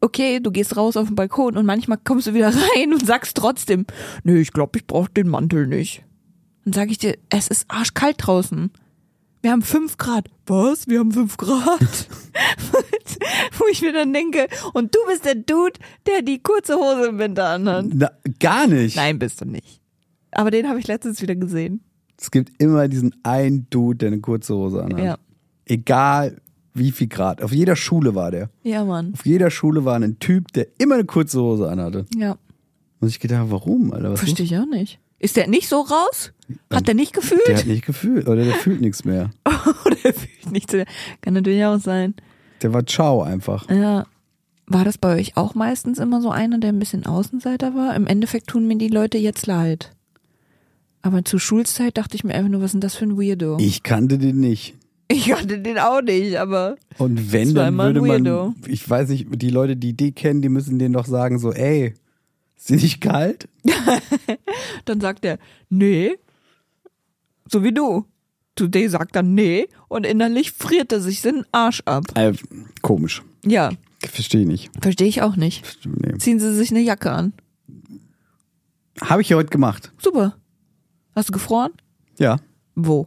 [SPEAKER 2] okay, du gehst raus auf den Balkon und manchmal kommst du wieder rein und sagst trotzdem, nee, ich glaube, ich brauche den Mantel nicht. Dann sage ich dir, es ist arschkalt draußen. Wir haben fünf Grad. Was? Wir haben fünf Grad? Wo ich mir dann denke, und du bist der Dude, der die kurze Hose im Winter anhat.
[SPEAKER 1] Na, gar nicht.
[SPEAKER 2] Nein, bist du nicht. Aber den habe ich letztens wieder gesehen.
[SPEAKER 1] Es gibt immer diesen einen Dude, der eine kurze Hose anhat.
[SPEAKER 2] Ja.
[SPEAKER 1] Egal wie viel Grad. Auf jeder Schule war der.
[SPEAKER 2] Ja, Mann.
[SPEAKER 1] Auf jeder Schule war ein Typ, der immer eine kurze Hose anhatte.
[SPEAKER 2] Ja.
[SPEAKER 1] Und ich gedacht, warum, Alter? Was
[SPEAKER 2] Verstehe ich auch nicht. Ist der nicht so raus? Hat der nicht gefühlt?
[SPEAKER 1] Der hat nicht gefühlt. Oder der fühlt nichts mehr.
[SPEAKER 2] Oder er fühlt nichts mehr? Kann natürlich auch sein.
[SPEAKER 1] Der war ciao einfach.
[SPEAKER 2] Ja. War das bei euch auch meistens immer so einer, der ein bisschen Außenseiter war? Im Endeffekt tun mir die Leute jetzt leid. Aber zur Schulzeit dachte ich mir einfach nur, was ist denn das für ein Weirdo?
[SPEAKER 1] Ich kannte den nicht.
[SPEAKER 2] Ich kannte den auch nicht, aber
[SPEAKER 1] Und wenn,
[SPEAKER 2] Das war
[SPEAKER 1] dann
[SPEAKER 2] immer ein
[SPEAKER 1] würde
[SPEAKER 2] Weirdo.
[SPEAKER 1] man, ich weiß nicht, die Leute, die die kennen, die müssen denen doch sagen so, ey, ist dir nicht kalt?
[SPEAKER 2] dann sagt er, nee. So wie du. Today sagt er nee und innerlich friert er sich seinen Arsch ab.
[SPEAKER 1] Äh, komisch.
[SPEAKER 2] Ja,
[SPEAKER 1] Verstehe nicht.
[SPEAKER 2] verstehe ich auch nicht.
[SPEAKER 1] Nee.
[SPEAKER 2] Ziehen sie sich eine Jacke an.
[SPEAKER 1] Habe ich ja heute gemacht.
[SPEAKER 2] Super. Hast du gefroren?
[SPEAKER 1] Ja.
[SPEAKER 2] Wo?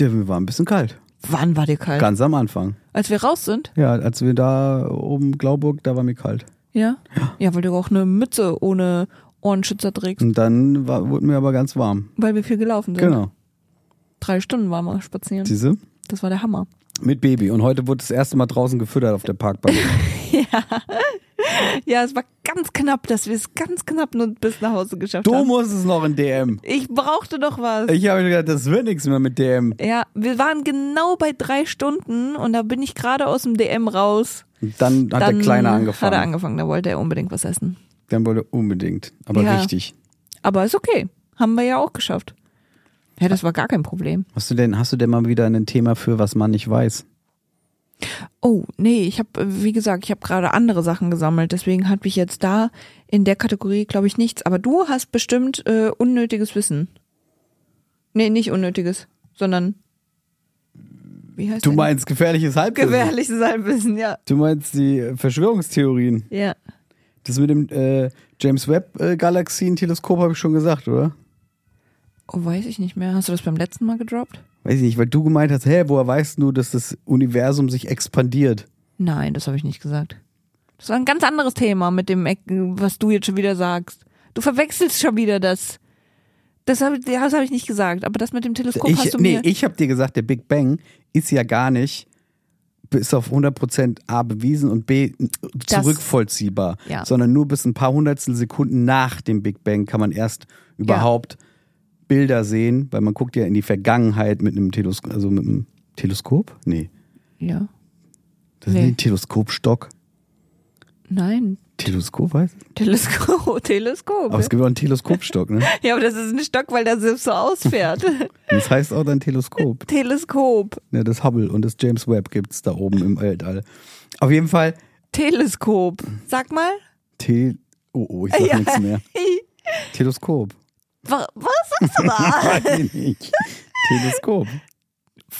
[SPEAKER 1] Der mir war ein bisschen kalt.
[SPEAKER 2] Wann war dir kalt?
[SPEAKER 1] Ganz am Anfang.
[SPEAKER 2] Als wir raus sind?
[SPEAKER 1] Ja, als wir da oben Glauburg, da war mir kalt.
[SPEAKER 2] Ja? ja? weil du auch eine Mütze ohne Ohrenschützer trägst,
[SPEAKER 1] Und dann war, wurde mir aber ganz warm.
[SPEAKER 2] weil wir viel gelaufen sind.
[SPEAKER 1] Hm. Genau.
[SPEAKER 2] Drei Stunden waren wir spazieren.
[SPEAKER 1] Diese
[SPEAKER 2] Das war der Hammer.
[SPEAKER 1] mit Baby. Und heute wurde das erste Mal draußen gefüttert auf der Parkbank.
[SPEAKER 2] Ja, es war ganz knapp, dass wir es ganz knapp nur bis nach Hause geschafft
[SPEAKER 1] du
[SPEAKER 2] haben.
[SPEAKER 1] musst es noch in DM.
[SPEAKER 2] Ich brauchte doch was.
[SPEAKER 1] Ich habe gedacht, das wird nichts mehr mit DM.
[SPEAKER 2] ja, wir waren genau bei drei Stunden und da bin ich gerade aus dem DM raus.
[SPEAKER 1] Und dann hat
[SPEAKER 2] Dann
[SPEAKER 1] der Kleine angefangen.
[SPEAKER 2] Hat er angefangen, da wollte er unbedingt was essen.
[SPEAKER 1] Dann wollte er unbedingt. Aber
[SPEAKER 2] Ja.
[SPEAKER 1] richtig.
[SPEAKER 2] Aber ist okay. Haben wir ja auch geschafft. Ja, das war gar kein Problem.
[SPEAKER 1] Hast du denn, hast du denn mal wieder ein Thema für, was man nicht weiß?
[SPEAKER 2] Oh, nee, ich habe, wie gesagt, ich habe gerade andere Sachen gesammelt, deswegen hat mich jetzt da in der Kategorie, glaube ich, nichts. Aber du hast bestimmt äh, unnötiges Wissen. Nee, nicht unnötiges, sondern wie heißt
[SPEAKER 1] Du
[SPEAKER 2] denn?
[SPEAKER 1] meinst gefährliches Halbwissen.
[SPEAKER 2] gefährliches Halbwissen, ja.
[SPEAKER 1] Du meinst die Verschwörungstheorien.
[SPEAKER 2] Ja.
[SPEAKER 1] Das mit dem äh, James Webb äh, Galaxienteleskop habe ich schon gesagt, oder?
[SPEAKER 2] Oh, weiß ich nicht mehr. Hast du das beim letzten Mal gedroppt?
[SPEAKER 1] Weiß ich nicht, weil du gemeint hast, hä, woher weißt du, dass das Universum sich expandiert?
[SPEAKER 2] Nein, das habe ich nicht gesagt. Das war ein ganz anderes Thema mit dem, Eck, was du jetzt schon wieder sagst. Du verwechselst schon wieder das. Das habe das hab ich nicht gesagt, aber das mit dem Teleskop
[SPEAKER 1] ich,
[SPEAKER 2] hast du
[SPEAKER 1] nee,
[SPEAKER 2] mir.
[SPEAKER 1] ich habe dir gesagt, der Big Bang ist ja gar nicht bis auf 100% A bewiesen und B
[SPEAKER 2] Das-
[SPEAKER 1] zurückvollziehbar,
[SPEAKER 2] Ja.
[SPEAKER 1] sondern nur bis ein paar hundertstel Sekunden nach dem Big Bang kann man erst überhaupt Bilder sehen, weil man guckt ja in die Vergangenheit mit einem Teleskop, also mit einem Teleskop? Nee,
[SPEAKER 2] ja.
[SPEAKER 1] das ist
[SPEAKER 2] Nee.
[SPEAKER 1] nicht ein Teleskopstock.
[SPEAKER 2] Nein,
[SPEAKER 1] Teleskop heißt? es?
[SPEAKER 2] Teleskop, Teleskop.
[SPEAKER 1] Aber es gibt auch einen Teleskopstock, ne?
[SPEAKER 2] ja, aber das ist ein Stock, weil der selbst so ausfährt.
[SPEAKER 1] Und das heißt auch dann Teleskop.
[SPEAKER 2] Teleskop,
[SPEAKER 1] Ne, das Hubble und das James Webb gibt's da oben im Weltall. Auf jeden Fall,
[SPEAKER 2] Teleskop. Sag mal.
[SPEAKER 1] Te oh, oh, ich sag
[SPEAKER 2] Ja.
[SPEAKER 1] nichts mehr. Teleskop.
[SPEAKER 2] Wa- Was sagst du da?
[SPEAKER 1] Weiß ich nicht. Teleskop.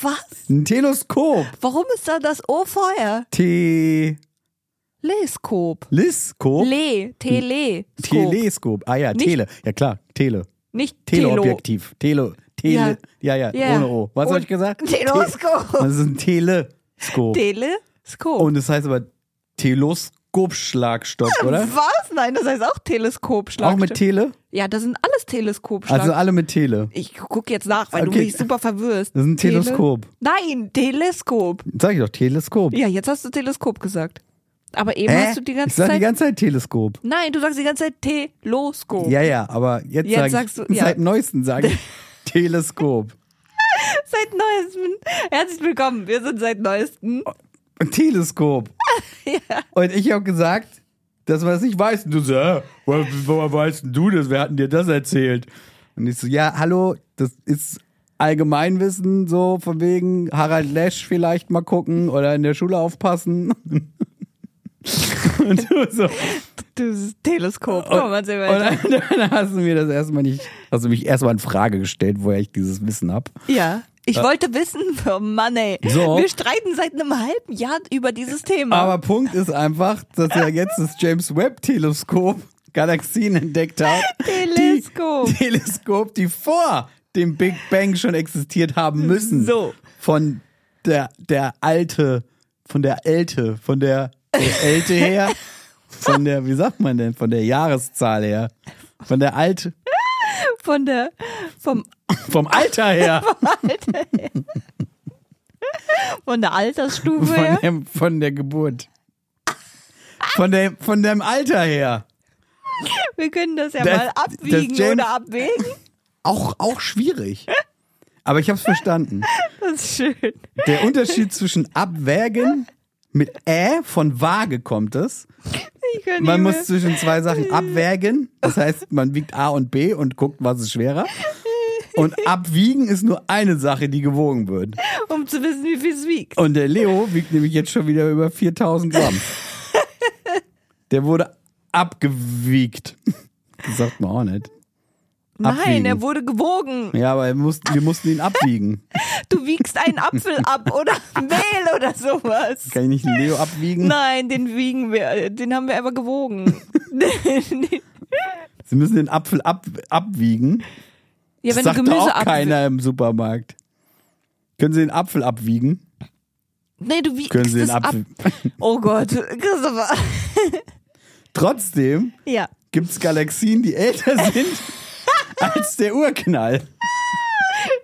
[SPEAKER 2] Was?
[SPEAKER 1] Ein Teleskop.
[SPEAKER 2] Warum ist da das O vorher? Leskop.
[SPEAKER 1] Teleskop.
[SPEAKER 2] Le, Tele.
[SPEAKER 1] Teleskop. Ah ja,
[SPEAKER 2] Nicht-
[SPEAKER 1] Tele. Ja klar, Tele.
[SPEAKER 2] Nicht Telo.
[SPEAKER 1] Teleobjektiv. Tele. Tele. Ja, ja,
[SPEAKER 2] Ja.
[SPEAKER 1] ohne O. Was
[SPEAKER 2] Und-
[SPEAKER 1] habe ich gesagt?
[SPEAKER 2] Teleskop.
[SPEAKER 1] Te- Das ist ein Teleskop.
[SPEAKER 2] Teleskop.
[SPEAKER 1] Und es heißt aber Teleskopschlagstock, oder?
[SPEAKER 2] Was? Nein, das heißt auch Teleskop.
[SPEAKER 1] Auch mit Tele?
[SPEAKER 2] Ja, das sind alles Teleskopschlag.
[SPEAKER 1] Also alle mit Tele.
[SPEAKER 2] ich gucke jetzt nach, weil du
[SPEAKER 1] Okay.
[SPEAKER 2] mich super verwirrst.
[SPEAKER 1] Das ist ein
[SPEAKER 2] Tele-
[SPEAKER 1] Teleskop.
[SPEAKER 2] Nein, Teleskop.
[SPEAKER 1] Sag ich doch, Teleskop.
[SPEAKER 2] Ja, jetzt hast du Teleskop gesagt. Aber eben
[SPEAKER 1] Hä?
[SPEAKER 2] hast du die
[SPEAKER 1] ich
[SPEAKER 2] ganze
[SPEAKER 1] sag
[SPEAKER 2] Zeit.
[SPEAKER 1] die ganze Zeit Teleskop.
[SPEAKER 2] Nein, du sagst die ganze Zeit Teleskop.
[SPEAKER 1] Ja, ja, aber jetzt,
[SPEAKER 2] Jetzt
[SPEAKER 1] sag ich,
[SPEAKER 2] sagst du- ja.
[SPEAKER 1] seit neuesten sage ich Teleskop.
[SPEAKER 2] Seit neuestem. Herzlich willkommen. Wir sind seit neuestem.
[SPEAKER 1] Oh. Ein Teleskop. Und ich habe gesagt, dass man das nicht weiß. Und du so, äh, woher, woher weißt denn du das? Wer hat denn dir das erzählt? Und ich so, ja, hallo, das ist Allgemeinwissen, so von wegen Harald Lesch vielleicht mal gucken oder in der Schule aufpassen. Und du so,
[SPEAKER 2] Dieses Teleskop.
[SPEAKER 1] und,
[SPEAKER 2] Komm, erzähl
[SPEAKER 1] und
[SPEAKER 2] weiter.
[SPEAKER 1] dann, dann hast du mir das erstmal nicht, hast du mich erstmal in Frage gestellt, woher ich dieses Wissen hab.
[SPEAKER 2] Ja. Ich wollte wissen, oh Mann ey.
[SPEAKER 1] Ah. So.
[SPEAKER 2] Wir streiten seit einem halben Jahr über dieses Thema.
[SPEAKER 1] Aber Punkt ist einfach, dass ja jetzt das James Webb Teleskop Galaxien entdeckt hat.
[SPEAKER 2] Teleskop.
[SPEAKER 1] Die, Teleskop, die vor dem Big Bang schon existiert haben müssen.
[SPEAKER 2] So.
[SPEAKER 1] Von der, der alte, von der Älte, von der Älte her, von der, wie sagt man denn, von der Jahreszahl her, von der Alt,
[SPEAKER 2] Von der, vom,
[SPEAKER 1] vom Alter her.
[SPEAKER 2] von der Altersstufe
[SPEAKER 1] Von,
[SPEAKER 2] her.
[SPEAKER 1] dem, von der Geburt. Von, dem, von dem Alter her.
[SPEAKER 2] Wir können das ja
[SPEAKER 1] Das-
[SPEAKER 2] mal
[SPEAKER 1] das
[SPEAKER 2] abwiegen
[SPEAKER 1] James-
[SPEAKER 2] oder abwägen.
[SPEAKER 1] Auch, auch schwierig. Aber ich habe es verstanden.
[SPEAKER 2] Das ist schön.
[SPEAKER 1] Der Unterschied zwischen abwägen mit Ä von Waage kommt es.
[SPEAKER 2] Ich kann
[SPEAKER 1] Man
[SPEAKER 2] nicht
[SPEAKER 1] muss zwischen zwei Sachen abwägen. Das heißt, man wiegt A und B und guckt, was ist schwerer. Und abwiegen ist nur eine Sache, die gewogen wird.
[SPEAKER 2] mehr, um zu wissen, wie viel es wiegt.
[SPEAKER 1] Und der Leo wiegt nämlich jetzt schon wieder über 4000 Gramm. Der wurde abgewiegt. Das sagt man auch nicht.
[SPEAKER 2] Nein,
[SPEAKER 1] Abwiegen.
[SPEAKER 2] er wurde gewogen.
[SPEAKER 1] Ja, aber er muss, wir mussten ihn abwiegen.
[SPEAKER 2] Du wiegst einen Apfel ab oder Mehl oder sowas.
[SPEAKER 1] Kann ich nicht den Leo abwiegen?
[SPEAKER 2] Nein, den wiegen wir, den haben wir aber gewogen.
[SPEAKER 1] Sie müssen den Apfel ab, abwiegen.
[SPEAKER 2] ja,
[SPEAKER 1] Das
[SPEAKER 2] wenn du
[SPEAKER 1] sagt
[SPEAKER 2] Gemüse
[SPEAKER 1] auch
[SPEAKER 2] abwiegst.
[SPEAKER 1] keiner im Supermarkt. Können Sie den Apfel abwiegen?
[SPEAKER 2] Nee, du wiegst
[SPEAKER 1] Können Sie
[SPEAKER 2] es
[SPEAKER 1] den
[SPEAKER 2] ab.
[SPEAKER 1] Apfel.
[SPEAKER 2] Oh Gott, Christopher.
[SPEAKER 1] Trotzdem
[SPEAKER 2] Ja.
[SPEAKER 1] gibt es Galaxien, die älter sind als der Urknall.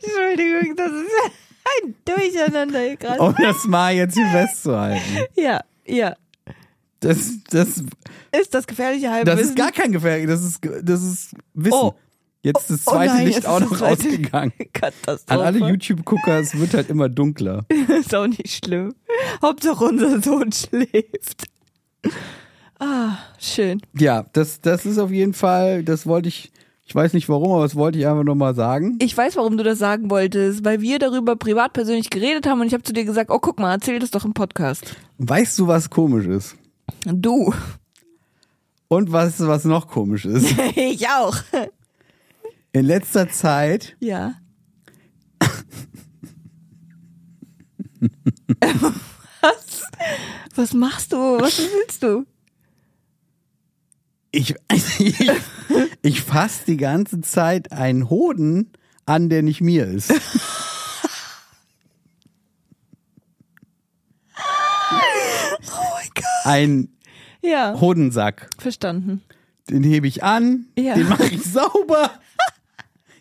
[SPEAKER 2] Entschuldigung, das ist ein Durcheinander hier gerade.
[SPEAKER 1] Um das mal jetzt hier festzuhalten.
[SPEAKER 2] Ja, ja.
[SPEAKER 1] Das, das,
[SPEAKER 2] Ist das gefährliche Halbwissen?
[SPEAKER 1] das ist gar kein Gefährlich. Das ist, das ist Wissen.
[SPEAKER 2] Oh.
[SPEAKER 1] Jetzt ist das
[SPEAKER 2] Oh
[SPEAKER 1] zweite
[SPEAKER 2] nein, jetzt
[SPEAKER 1] Licht auch
[SPEAKER 2] ist das
[SPEAKER 1] noch
[SPEAKER 2] zweite-
[SPEAKER 1] rausgegangen. An
[SPEAKER 2] Katastrophe.
[SPEAKER 1] alle YouTube-Gucker, es wird halt immer dunkler.
[SPEAKER 2] ist auch nicht schlimm. Hauptsache unser Sohn schläft. Ah, schön.
[SPEAKER 1] Ja, das, das ist auf jeden Fall, das wollte ich, ich weiß nicht warum, aber das wollte ich einfach nur mal sagen.
[SPEAKER 2] Ich weiß, warum du das sagen wolltest, weil wir darüber privat persönlich geredet haben und ich habe zu dir gesagt, oh guck mal, erzähl das doch im Podcast.
[SPEAKER 1] Weißt du, was komisch ist?
[SPEAKER 2] Du.
[SPEAKER 1] Und was, was noch komisch ist?
[SPEAKER 2] Ich auch.
[SPEAKER 1] In letzter Zeit
[SPEAKER 2] Ja. Was? Was machst du? Was willst du?
[SPEAKER 1] Ich, ich, ich fasse die ganze Zeit einen Hoden an, der nicht mir ist. Ein
[SPEAKER 2] Ja,
[SPEAKER 1] Hodensack.
[SPEAKER 2] verstanden.
[SPEAKER 1] Den hebe ich an,
[SPEAKER 2] Ja.
[SPEAKER 1] den mache ich sauber,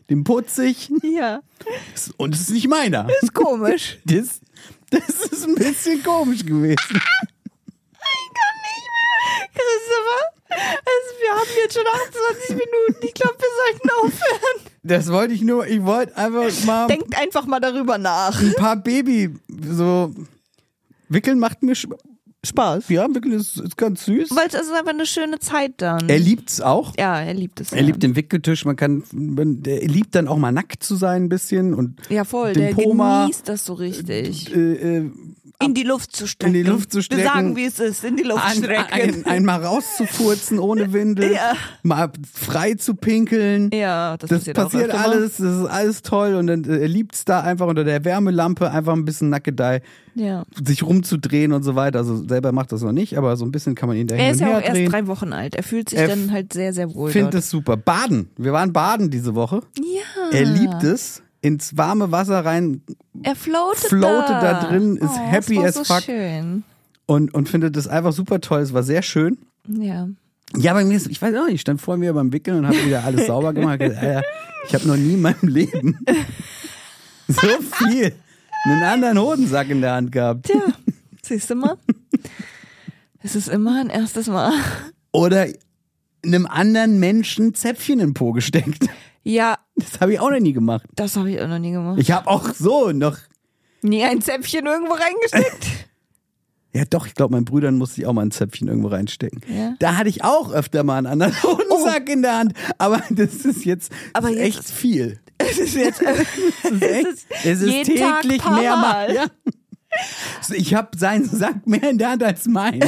[SPEAKER 1] den putze ich
[SPEAKER 2] Ja.
[SPEAKER 1] und es ist nicht meiner.
[SPEAKER 2] Ist komisch.
[SPEAKER 1] Das, das ist ein bisschen komisch gewesen.
[SPEAKER 2] Christopher, es, wir haben jetzt schon 28 Minuten. Ich glaube, wir sollten aufhören.
[SPEAKER 1] Das wollte ich nur, ich wollte einfach mal
[SPEAKER 2] Denkt einfach mal darüber nach.
[SPEAKER 1] ein paar Baby so wickeln macht mir Spaß.
[SPEAKER 2] Spaß.
[SPEAKER 1] Ja, Wickel ist, ist ganz süß.
[SPEAKER 2] Weil es ist einfach eine schöne Zeit dann.
[SPEAKER 1] Er liebt's auch.
[SPEAKER 2] ja, er liebt es.
[SPEAKER 1] Er liebt den Wickeltisch. Man kann, man, der liebt dann auch mal nackt zu sein, ein bisschen und
[SPEAKER 2] ja, voll.
[SPEAKER 1] den
[SPEAKER 2] Der
[SPEAKER 1] Poma
[SPEAKER 2] genießt das so richtig.
[SPEAKER 1] äh, äh,
[SPEAKER 2] In die Luft zu
[SPEAKER 1] in
[SPEAKER 2] strecken.
[SPEAKER 1] die Luft zu strecken.
[SPEAKER 2] Wir sagen, wie es ist. In die Luft
[SPEAKER 1] an,
[SPEAKER 2] strecken.
[SPEAKER 1] ein, einmal rauszufurzen ohne Windel,
[SPEAKER 2] Ja.
[SPEAKER 1] mal frei zu pinkeln.
[SPEAKER 2] ja, das,
[SPEAKER 1] Das
[SPEAKER 2] passiert,
[SPEAKER 1] passiert
[SPEAKER 2] auch öfter mal.
[SPEAKER 1] alles, das ist alles toll und dann, äh, er liebt's da einfach unter der Wärmelampe einfach ein bisschen nackedei
[SPEAKER 2] Ja.
[SPEAKER 1] sich rumzudrehen und so weiter. Also selber macht das noch nicht, aber so ein bisschen kann man ihn da
[SPEAKER 2] Er
[SPEAKER 1] hin
[SPEAKER 2] ist
[SPEAKER 1] und
[SPEAKER 2] ja
[SPEAKER 1] her
[SPEAKER 2] auch erst
[SPEAKER 1] drehen.
[SPEAKER 2] drei Wochen alt. Er fühlt sich
[SPEAKER 1] Er
[SPEAKER 2] dann halt sehr, sehr wohl.
[SPEAKER 1] finde
[SPEAKER 2] dort.
[SPEAKER 1] es super. Baden. Wir waren baden diese Woche.
[SPEAKER 2] ja.
[SPEAKER 1] Er liebt es. Ins warme Wasser rein
[SPEAKER 2] Er floatet,
[SPEAKER 1] floatet
[SPEAKER 2] da.
[SPEAKER 1] da drin, ist
[SPEAKER 2] oh,
[SPEAKER 1] happy
[SPEAKER 2] das war
[SPEAKER 1] as
[SPEAKER 2] so
[SPEAKER 1] fuck.
[SPEAKER 2] Schön.
[SPEAKER 1] und, und findet es einfach super toll. Es war sehr schön.
[SPEAKER 2] Ja.
[SPEAKER 1] Ja, bei mir ist, ich weiß auch nicht, ich stand vor mir beim Wickeln und habe wieder alles sauber gemacht. Ich hab Gesagt, Alter, ich habe noch nie in meinem Leben so viel einen anderen Hodensack in der Hand gehabt.
[SPEAKER 2] Tja, siehst du mal? Es ist immer ein erstes Mal.
[SPEAKER 1] Oder einem anderen Menschen Zäpfchen in den Po gesteckt.
[SPEAKER 2] Ja,
[SPEAKER 1] Das habe ich auch noch nie gemacht.
[SPEAKER 2] Das habe ich auch noch nie gemacht.
[SPEAKER 1] Ich habe auch so noch.
[SPEAKER 2] Nie ein Zäpfchen irgendwo reingesteckt.
[SPEAKER 1] Ja, doch, ich glaube, meinen Brüdern musste ich auch mal ein Zöpfchen irgendwo reinstecken.
[SPEAKER 2] Ja. Oh.
[SPEAKER 1] Da hatte ich auch öfter mal einen anderen Hodensack in der Hand. Aber das ist jetzt,
[SPEAKER 2] Aber
[SPEAKER 1] das ist
[SPEAKER 2] jetzt-
[SPEAKER 1] echt viel.
[SPEAKER 2] Es ist jetzt äh,
[SPEAKER 1] Das ist echt, es ist
[SPEAKER 2] jeden Tag
[SPEAKER 1] täglich
[SPEAKER 2] paar
[SPEAKER 1] mehrmal.
[SPEAKER 2] Mal.
[SPEAKER 1] Ja. So, Ich habe seinen Sack mehr in der Hand als meinen.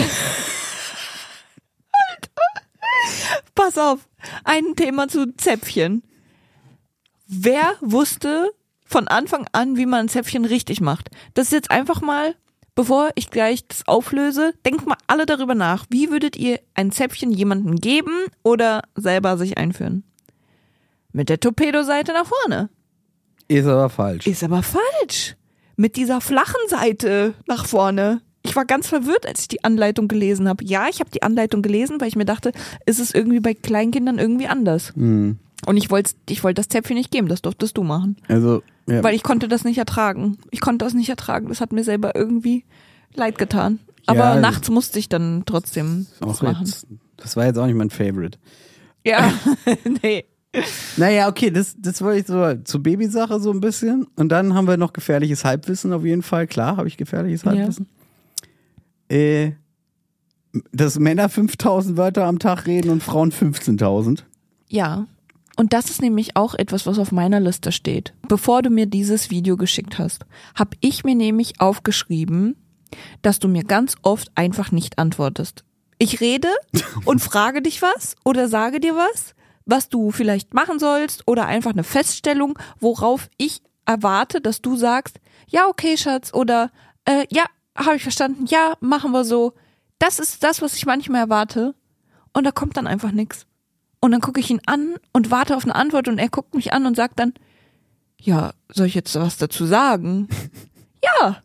[SPEAKER 2] Pass auf, ein Thema zu Zäpfchen. Wer wusste von Anfang an, wie man ein Zäpfchen richtig macht? Das ist jetzt einfach mal, bevor ich gleich das auflöse, denkt mal alle darüber nach. Wie würdet ihr ein Zäpfchen jemandem geben oder selber sich einführen? Mit der Torpedoseite nach vorne.
[SPEAKER 1] Ist aber falsch.
[SPEAKER 2] Ist aber falsch. Mit dieser flachen Seite nach vorne. Ich war ganz verwirrt, als ich die Anleitung gelesen habe. Ja, ich habe die Anleitung gelesen, weil ich mir dachte, ist es irgendwie bei Kleinkindern irgendwie anders.
[SPEAKER 1] Mhm.
[SPEAKER 2] Und ich wollte ich wollt das Zäpfchen nicht geben, das durftest du machen.
[SPEAKER 1] also, ja.
[SPEAKER 2] Weil ich konnte das nicht ertragen. Ich konnte das nicht ertragen. Das hat mir selber irgendwie leid getan. Aber
[SPEAKER 1] Ja.
[SPEAKER 2] nachts musste ich dann trotzdem was
[SPEAKER 1] auch
[SPEAKER 2] machen.
[SPEAKER 1] jetzt, das war jetzt auch nicht mein Favorite.
[SPEAKER 2] Ja, nee.
[SPEAKER 1] Naja, okay, das, das war ich so zur Babysache so ein bisschen. Und dann haben wir noch gefährliches Halbwissen auf jeden Fall. Klar, habe ich gefährliches Halbwissen. Äh, dass Männer 5000 Wörter am Tag reden und Frauen 15.000.
[SPEAKER 2] Ja. Und das ist nämlich auch etwas, was auf meiner Liste steht. Bevor du mir dieses Video geschickt hast, habe ich mir nämlich aufgeschrieben, dass du mir ganz oft einfach nicht antwortest. Ich rede und frage dich was oder sage dir was, was du vielleicht machen sollst oder einfach eine Feststellung, worauf ich erwarte, dass du sagst, ja, okay, Schatz, oder äh, ja, habe ich verstanden, ja, machen wir so. Das ist das, was ich manchmal erwarte. Und da kommt dann einfach nichts. Und dann gucke ich ihn an und warte auf eine Antwort und er guckt mich an und sagt dann, ja, soll ich jetzt was dazu sagen? ja,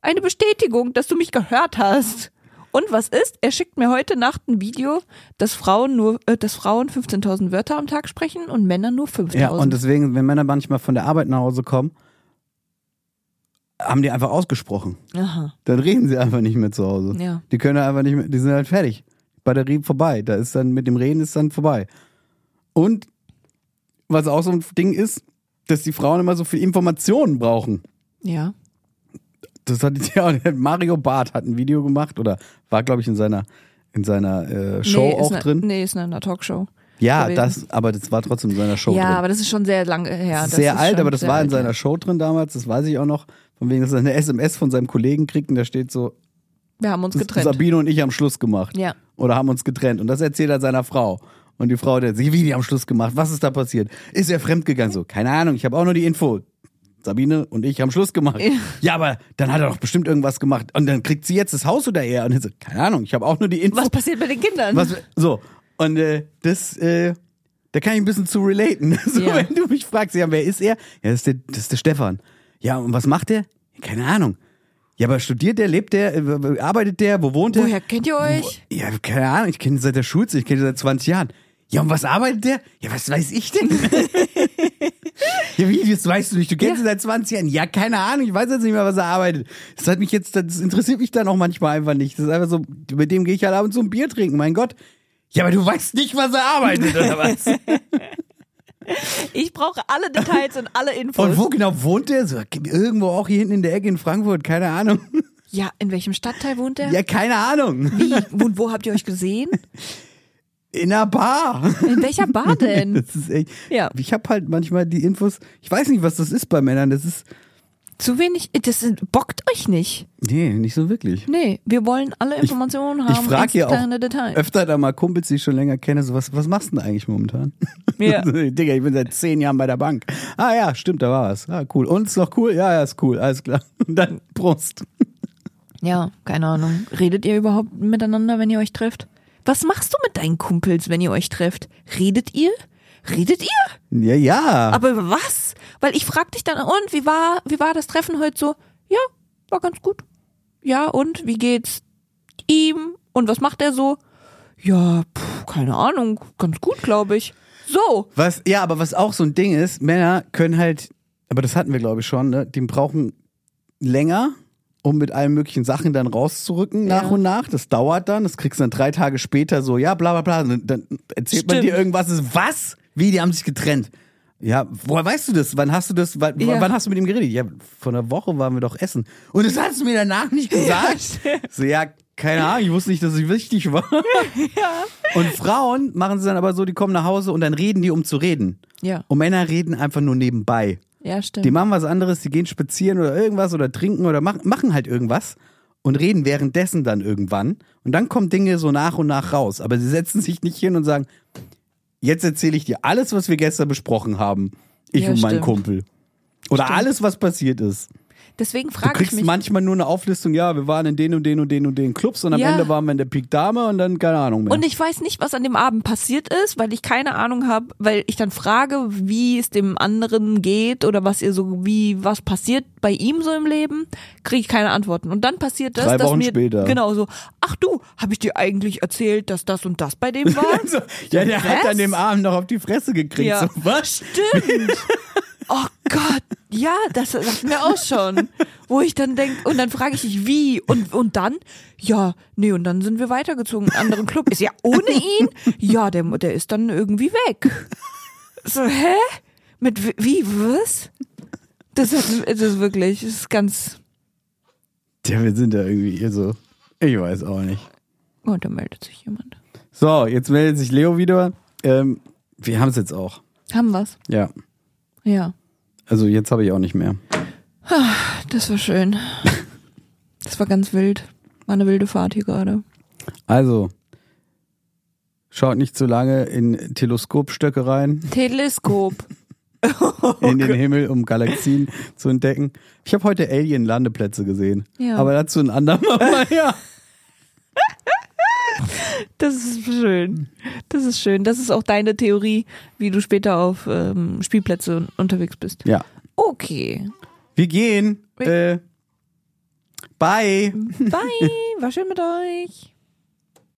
[SPEAKER 2] eine Bestätigung, dass du mich gehört hast. Und was ist? Er schickt mir heute Nacht ein Video, dass Frauen nur, äh, dass Frauen 15.000 Wörter am Tag sprechen und Männer nur 5.000.
[SPEAKER 1] Ja, und deswegen, wenn Männer manchmal von der Arbeit nach Hause kommen, haben die einfach ausgesprochen.
[SPEAKER 2] Aha.
[SPEAKER 1] Dann reden sie einfach nicht mehr zu Hause.
[SPEAKER 2] Ja.
[SPEAKER 1] Die können einfach nicht mehr, die sind halt fertig. Batterie vorbei. Da ist dann mit dem Reden ist dann vorbei. Und was auch so ein Ding ist, dass die Frauen immer so viel Informationen brauchen.
[SPEAKER 2] Ja.
[SPEAKER 1] Das hat ja auch, Mario Barth hat ein Video gemacht oder war, glaube ich, in seiner, in seiner äh, Show
[SPEAKER 2] nee, ist
[SPEAKER 1] auch
[SPEAKER 2] ne,
[SPEAKER 1] drin.
[SPEAKER 2] Nee, ist in einer Talkshow.
[SPEAKER 1] ja,
[SPEAKER 2] gewesen.
[SPEAKER 1] das, aber das war trotzdem in seiner Show
[SPEAKER 2] ja,
[SPEAKER 1] Oh, drin.
[SPEAKER 2] aber das ist schon sehr lange her. Das
[SPEAKER 1] sehr
[SPEAKER 2] ist
[SPEAKER 1] alt,
[SPEAKER 2] schon
[SPEAKER 1] aber das
[SPEAKER 2] sehr
[SPEAKER 1] war in
[SPEAKER 2] alt, ja.
[SPEAKER 1] seiner Show drin damals, das weiß ich auch noch. Von wegen, dass er eine SMS von seinem Kollegen kriegt und da steht so,
[SPEAKER 2] Wir haben uns
[SPEAKER 1] das-
[SPEAKER 2] getrennt.
[SPEAKER 1] Sabine und ich haben Schluss gemacht.
[SPEAKER 2] Ja.
[SPEAKER 1] Oder haben uns getrennt. Und das erzählt er seiner Frau. Und die Frau der sich, wie die haben Schluss gemacht, was ist da passiert? Ist er fremdgegangen? So, keine Ahnung, ich habe auch nur die Info. Sabine und ich haben Schluss gemacht.
[SPEAKER 2] Ja.
[SPEAKER 1] Ja, aber dann hat er doch bestimmt irgendwas gemacht. Und dann kriegt sie jetzt das Haus oder er. Und er so, keine Ahnung, ich habe auch nur die Info.
[SPEAKER 2] Was passiert bei den Kindern?
[SPEAKER 1] Was, so, und äh, das, äh, da kann ich ein bisschen zu relaten. So,
[SPEAKER 2] Ja.
[SPEAKER 1] Wenn du mich fragst, ja, wer ist er? Ja, das ist der, das ist der Stefan. Ja, und was macht er? Keine Ahnung. Ja, aber studiert der, lebt der, äh, arbeitet der, wo wohnt er?
[SPEAKER 2] Woher kennt ihr euch?
[SPEAKER 1] Ja, keine Ahnung, ich kenne ihn seit der Schulzeit, ich kenne ihn seit 20 Jahren. Ja, und was arbeitet der? Ja, was weiß ich denn? ja, wie, das weißt du nicht? Du kennst
[SPEAKER 2] Ja.
[SPEAKER 1] ihn seit 20 Jahren. Ja, keine Ahnung, ich weiß jetzt nicht mehr, was er arbeitet. Das hat mich jetzt, das interessiert mich dann auch manchmal einfach nicht. Das ist einfach so, mit dem gehe ich halt abends so ein Bier trinken, mein Gott. Ja, aber du weißt nicht, was er arbeitet, oder was?
[SPEAKER 2] Ich brauche alle Details und alle Infos.
[SPEAKER 1] Und wo genau wohnt er? So, irgendwo auch hier hinten in der Ecke in Frankfurt, keine Ahnung.
[SPEAKER 2] Ja, in welchem Stadtteil wohnt er?
[SPEAKER 1] Ja, keine Ahnung.
[SPEAKER 2] Wie? Und wo habt ihr euch gesehen?
[SPEAKER 1] In einer Bar.
[SPEAKER 2] In welcher Bar denn?
[SPEAKER 1] Das ist echt.
[SPEAKER 2] Ja.
[SPEAKER 1] Ich habe halt manchmal die Infos. Ich weiß nicht, was das ist bei Männern. Das ist.
[SPEAKER 2] Zu wenig. Das sind- bockt euch nicht.
[SPEAKER 1] Nee, nicht so wirklich.
[SPEAKER 2] Nee, wir wollen alle Informationen
[SPEAKER 1] Ich
[SPEAKER 2] haben.
[SPEAKER 1] frage ja auch
[SPEAKER 2] externe Details.
[SPEAKER 1] öfter da mal Kumpels, die ich schon länger kenne, so was, was machst du denn eigentlich momentan?
[SPEAKER 2] Ja.
[SPEAKER 1] So, Digga, ich bin seit zehn Jahren bei der Bank. Ah ja, stimmt, da war es. Ah, cool. Und ist noch cool? Ja, ja, ist cool, alles klar. Und dann Prost.
[SPEAKER 2] Ja, keine Ahnung. Redet ihr überhaupt miteinander, wenn ihr euch trefft? Was machst du mit deinen Kumpels, wenn ihr euch trefft? Redet ihr? Redet ihr?
[SPEAKER 1] Ja, ja.
[SPEAKER 2] Aber über was? Weil ich frag dich dann, und wie war, wie war das Treffen heute so? Ja, war ganz gut. Ja, und wie geht's ihm? Und was macht er so? Ja, pff, keine Ahnung, ganz gut, glaube ich. So.
[SPEAKER 1] Was, ja, aber was auch so ein Ding ist, Männer können halt, aber das hatten wir glaube ich schon, ne? die brauchen länger, um mit allen möglichen Sachen dann rauszurücken, nach
[SPEAKER 2] Ja.
[SPEAKER 1] und nach. Das dauert dann, das kriegst du dann drei Tage später so, ja, bla bla bla. Und dann erzählt man
[SPEAKER 2] Stimmt.
[SPEAKER 1] dir irgendwas, ist was? Wie, die haben sich getrennt. Ja, woher weißt du das? Wann hast du das? Wann,
[SPEAKER 2] Ja.
[SPEAKER 1] wann hast du mit ihm geredet? Ja, vor einer Woche waren wir doch essen. Und das hast du mir danach nicht gesagt. so, ja, keine Ahnung, ich wusste nicht, dass es wichtig war. Und Frauen machen es dann aber so, die kommen nach Hause und dann reden die, um zu reden.
[SPEAKER 2] Ja. Mhm.
[SPEAKER 1] Und Männer reden einfach nur nebenbei.
[SPEAKER 2] Ja, stimmt.
[SPEAKER 1] Die machen was anderes, die gehen spazieren oder irgendwas oder trinken oder machen, machen halt irgendwas und reden währenddessen dann irgendwann. Und dann kommen Dinge so nach und nach raus. Aber sie setzen sich nicht hin und sagen, jetzt erzähle ich dir alles, was wir gestern besprochen haben. Ich
[SPEAKER 2] Ja,
[SPEAKER 1] und mein
[SPEAKER 2] stimmt.
[SPEAKER 1] Kumpel. Oder
[SPEAKER 2] Stimmt.
[SPEAKER 1] alles, was passiert ist.
[SPEAKER 2] Deswegen
[SPEAKER 1] Du
[SPEAKER 2] frage ich
[SPEAKER 1] kriegst
[SPEAKER 2] mich.
[SPEAKER 1] manchmal nur eine Auflistung, ja, wir waren in den und den und den und den Clubs und am
[SPEAKER 2] Ja.
[SPEAKER 1] Ende waren wir in der Pik Dame und dann keine Ahnung mehr.
[SPEAKER 2] Und ich weiß nicht, was an dem Abend passiert ist, weil ich keine Ahnung habe, weil ich dann frage, wie es dem anderen geht oder was ihr so, wie, was passiert bei ihm so im Leben, kriege ich keine Antworten. Und dann passiert das,
[SPEAKER 1] Drei
[SPEAKER 2] dass
[SPEAKER 1] Wochen
[SPEAKER 2] mir
[SPEAKER 1] später.
[SPEAKER 2] genau so, ach du, habe ich dir eigentlich erzählt, dass das und das bei dem war?
[SPEAKER 1] also, ja, der hat
[SPEAKER 2] was?
[SPEAKER 1] an dem Abend noch auf die Fresse gekriegt. So,
[SPEAKER 2] Ja.
[SPEAKER 1] was?
[SPEAKER 2] Stimmt. Oh Gott, ja, das sagt mir auch schon. Wo ich dann denk und dann frage ich dich, wie? Und, und dann? Ja, nee, und dann sind wir weitergezogen in einen anderen Club. Ist ja ohne ihn? Ja, der, der ist dann irgendwie weg. So, hä? Mit w- wie, was? Das, hat, das ist wirklich, das ist ganz.
[SPEAKER 1] Ja, wir sind da irgendwie hier so. Ich weiß auch nicht.
[SPEAKER 2] Oh, da meldet sich jemand.
[SPEAKER 1] So, jetzt meldet sich Leo wieder. Ähm, wir haben es jetzt auch.
[SPEAKER 2] Haben wir's?
[SPEAKER 1] Ja.
[SPEAKER 2] Ja.
[SPEAKER 1] Also jetzt habe ich auch nicht mehr.
[SPEAKER 2] Das war schön. Das war ganz wild. War eine wilde Fahrt hier gerade.
[SPEAKER 1] Also, schaut nicht zu lange in Teleskopstöcke rein,
[SPEAKER 2] Teleskop. Oh
[SPEAKER 1] in den Himmel, um Galaxien zu entdecken. Ich habe heute Alien-Landeplätze gesehen.
[SPEAKER 2] Ja.
[SPEAKER 1] Aber dazu ein andermal. ja.
[SPEAKER 2] Das ist schön. Das ist schön. Das ist auch deine Theorie, wie du später auf ähm, Spielplätze un- unterwegs bist.
[SPEAKER 1] ja.
[SPEAKER 2] Okay.
[SPEAKER 1] Wir gehen. Äh, bye.
[SPEAKER 2] Hm. Bye. War schön mit euch.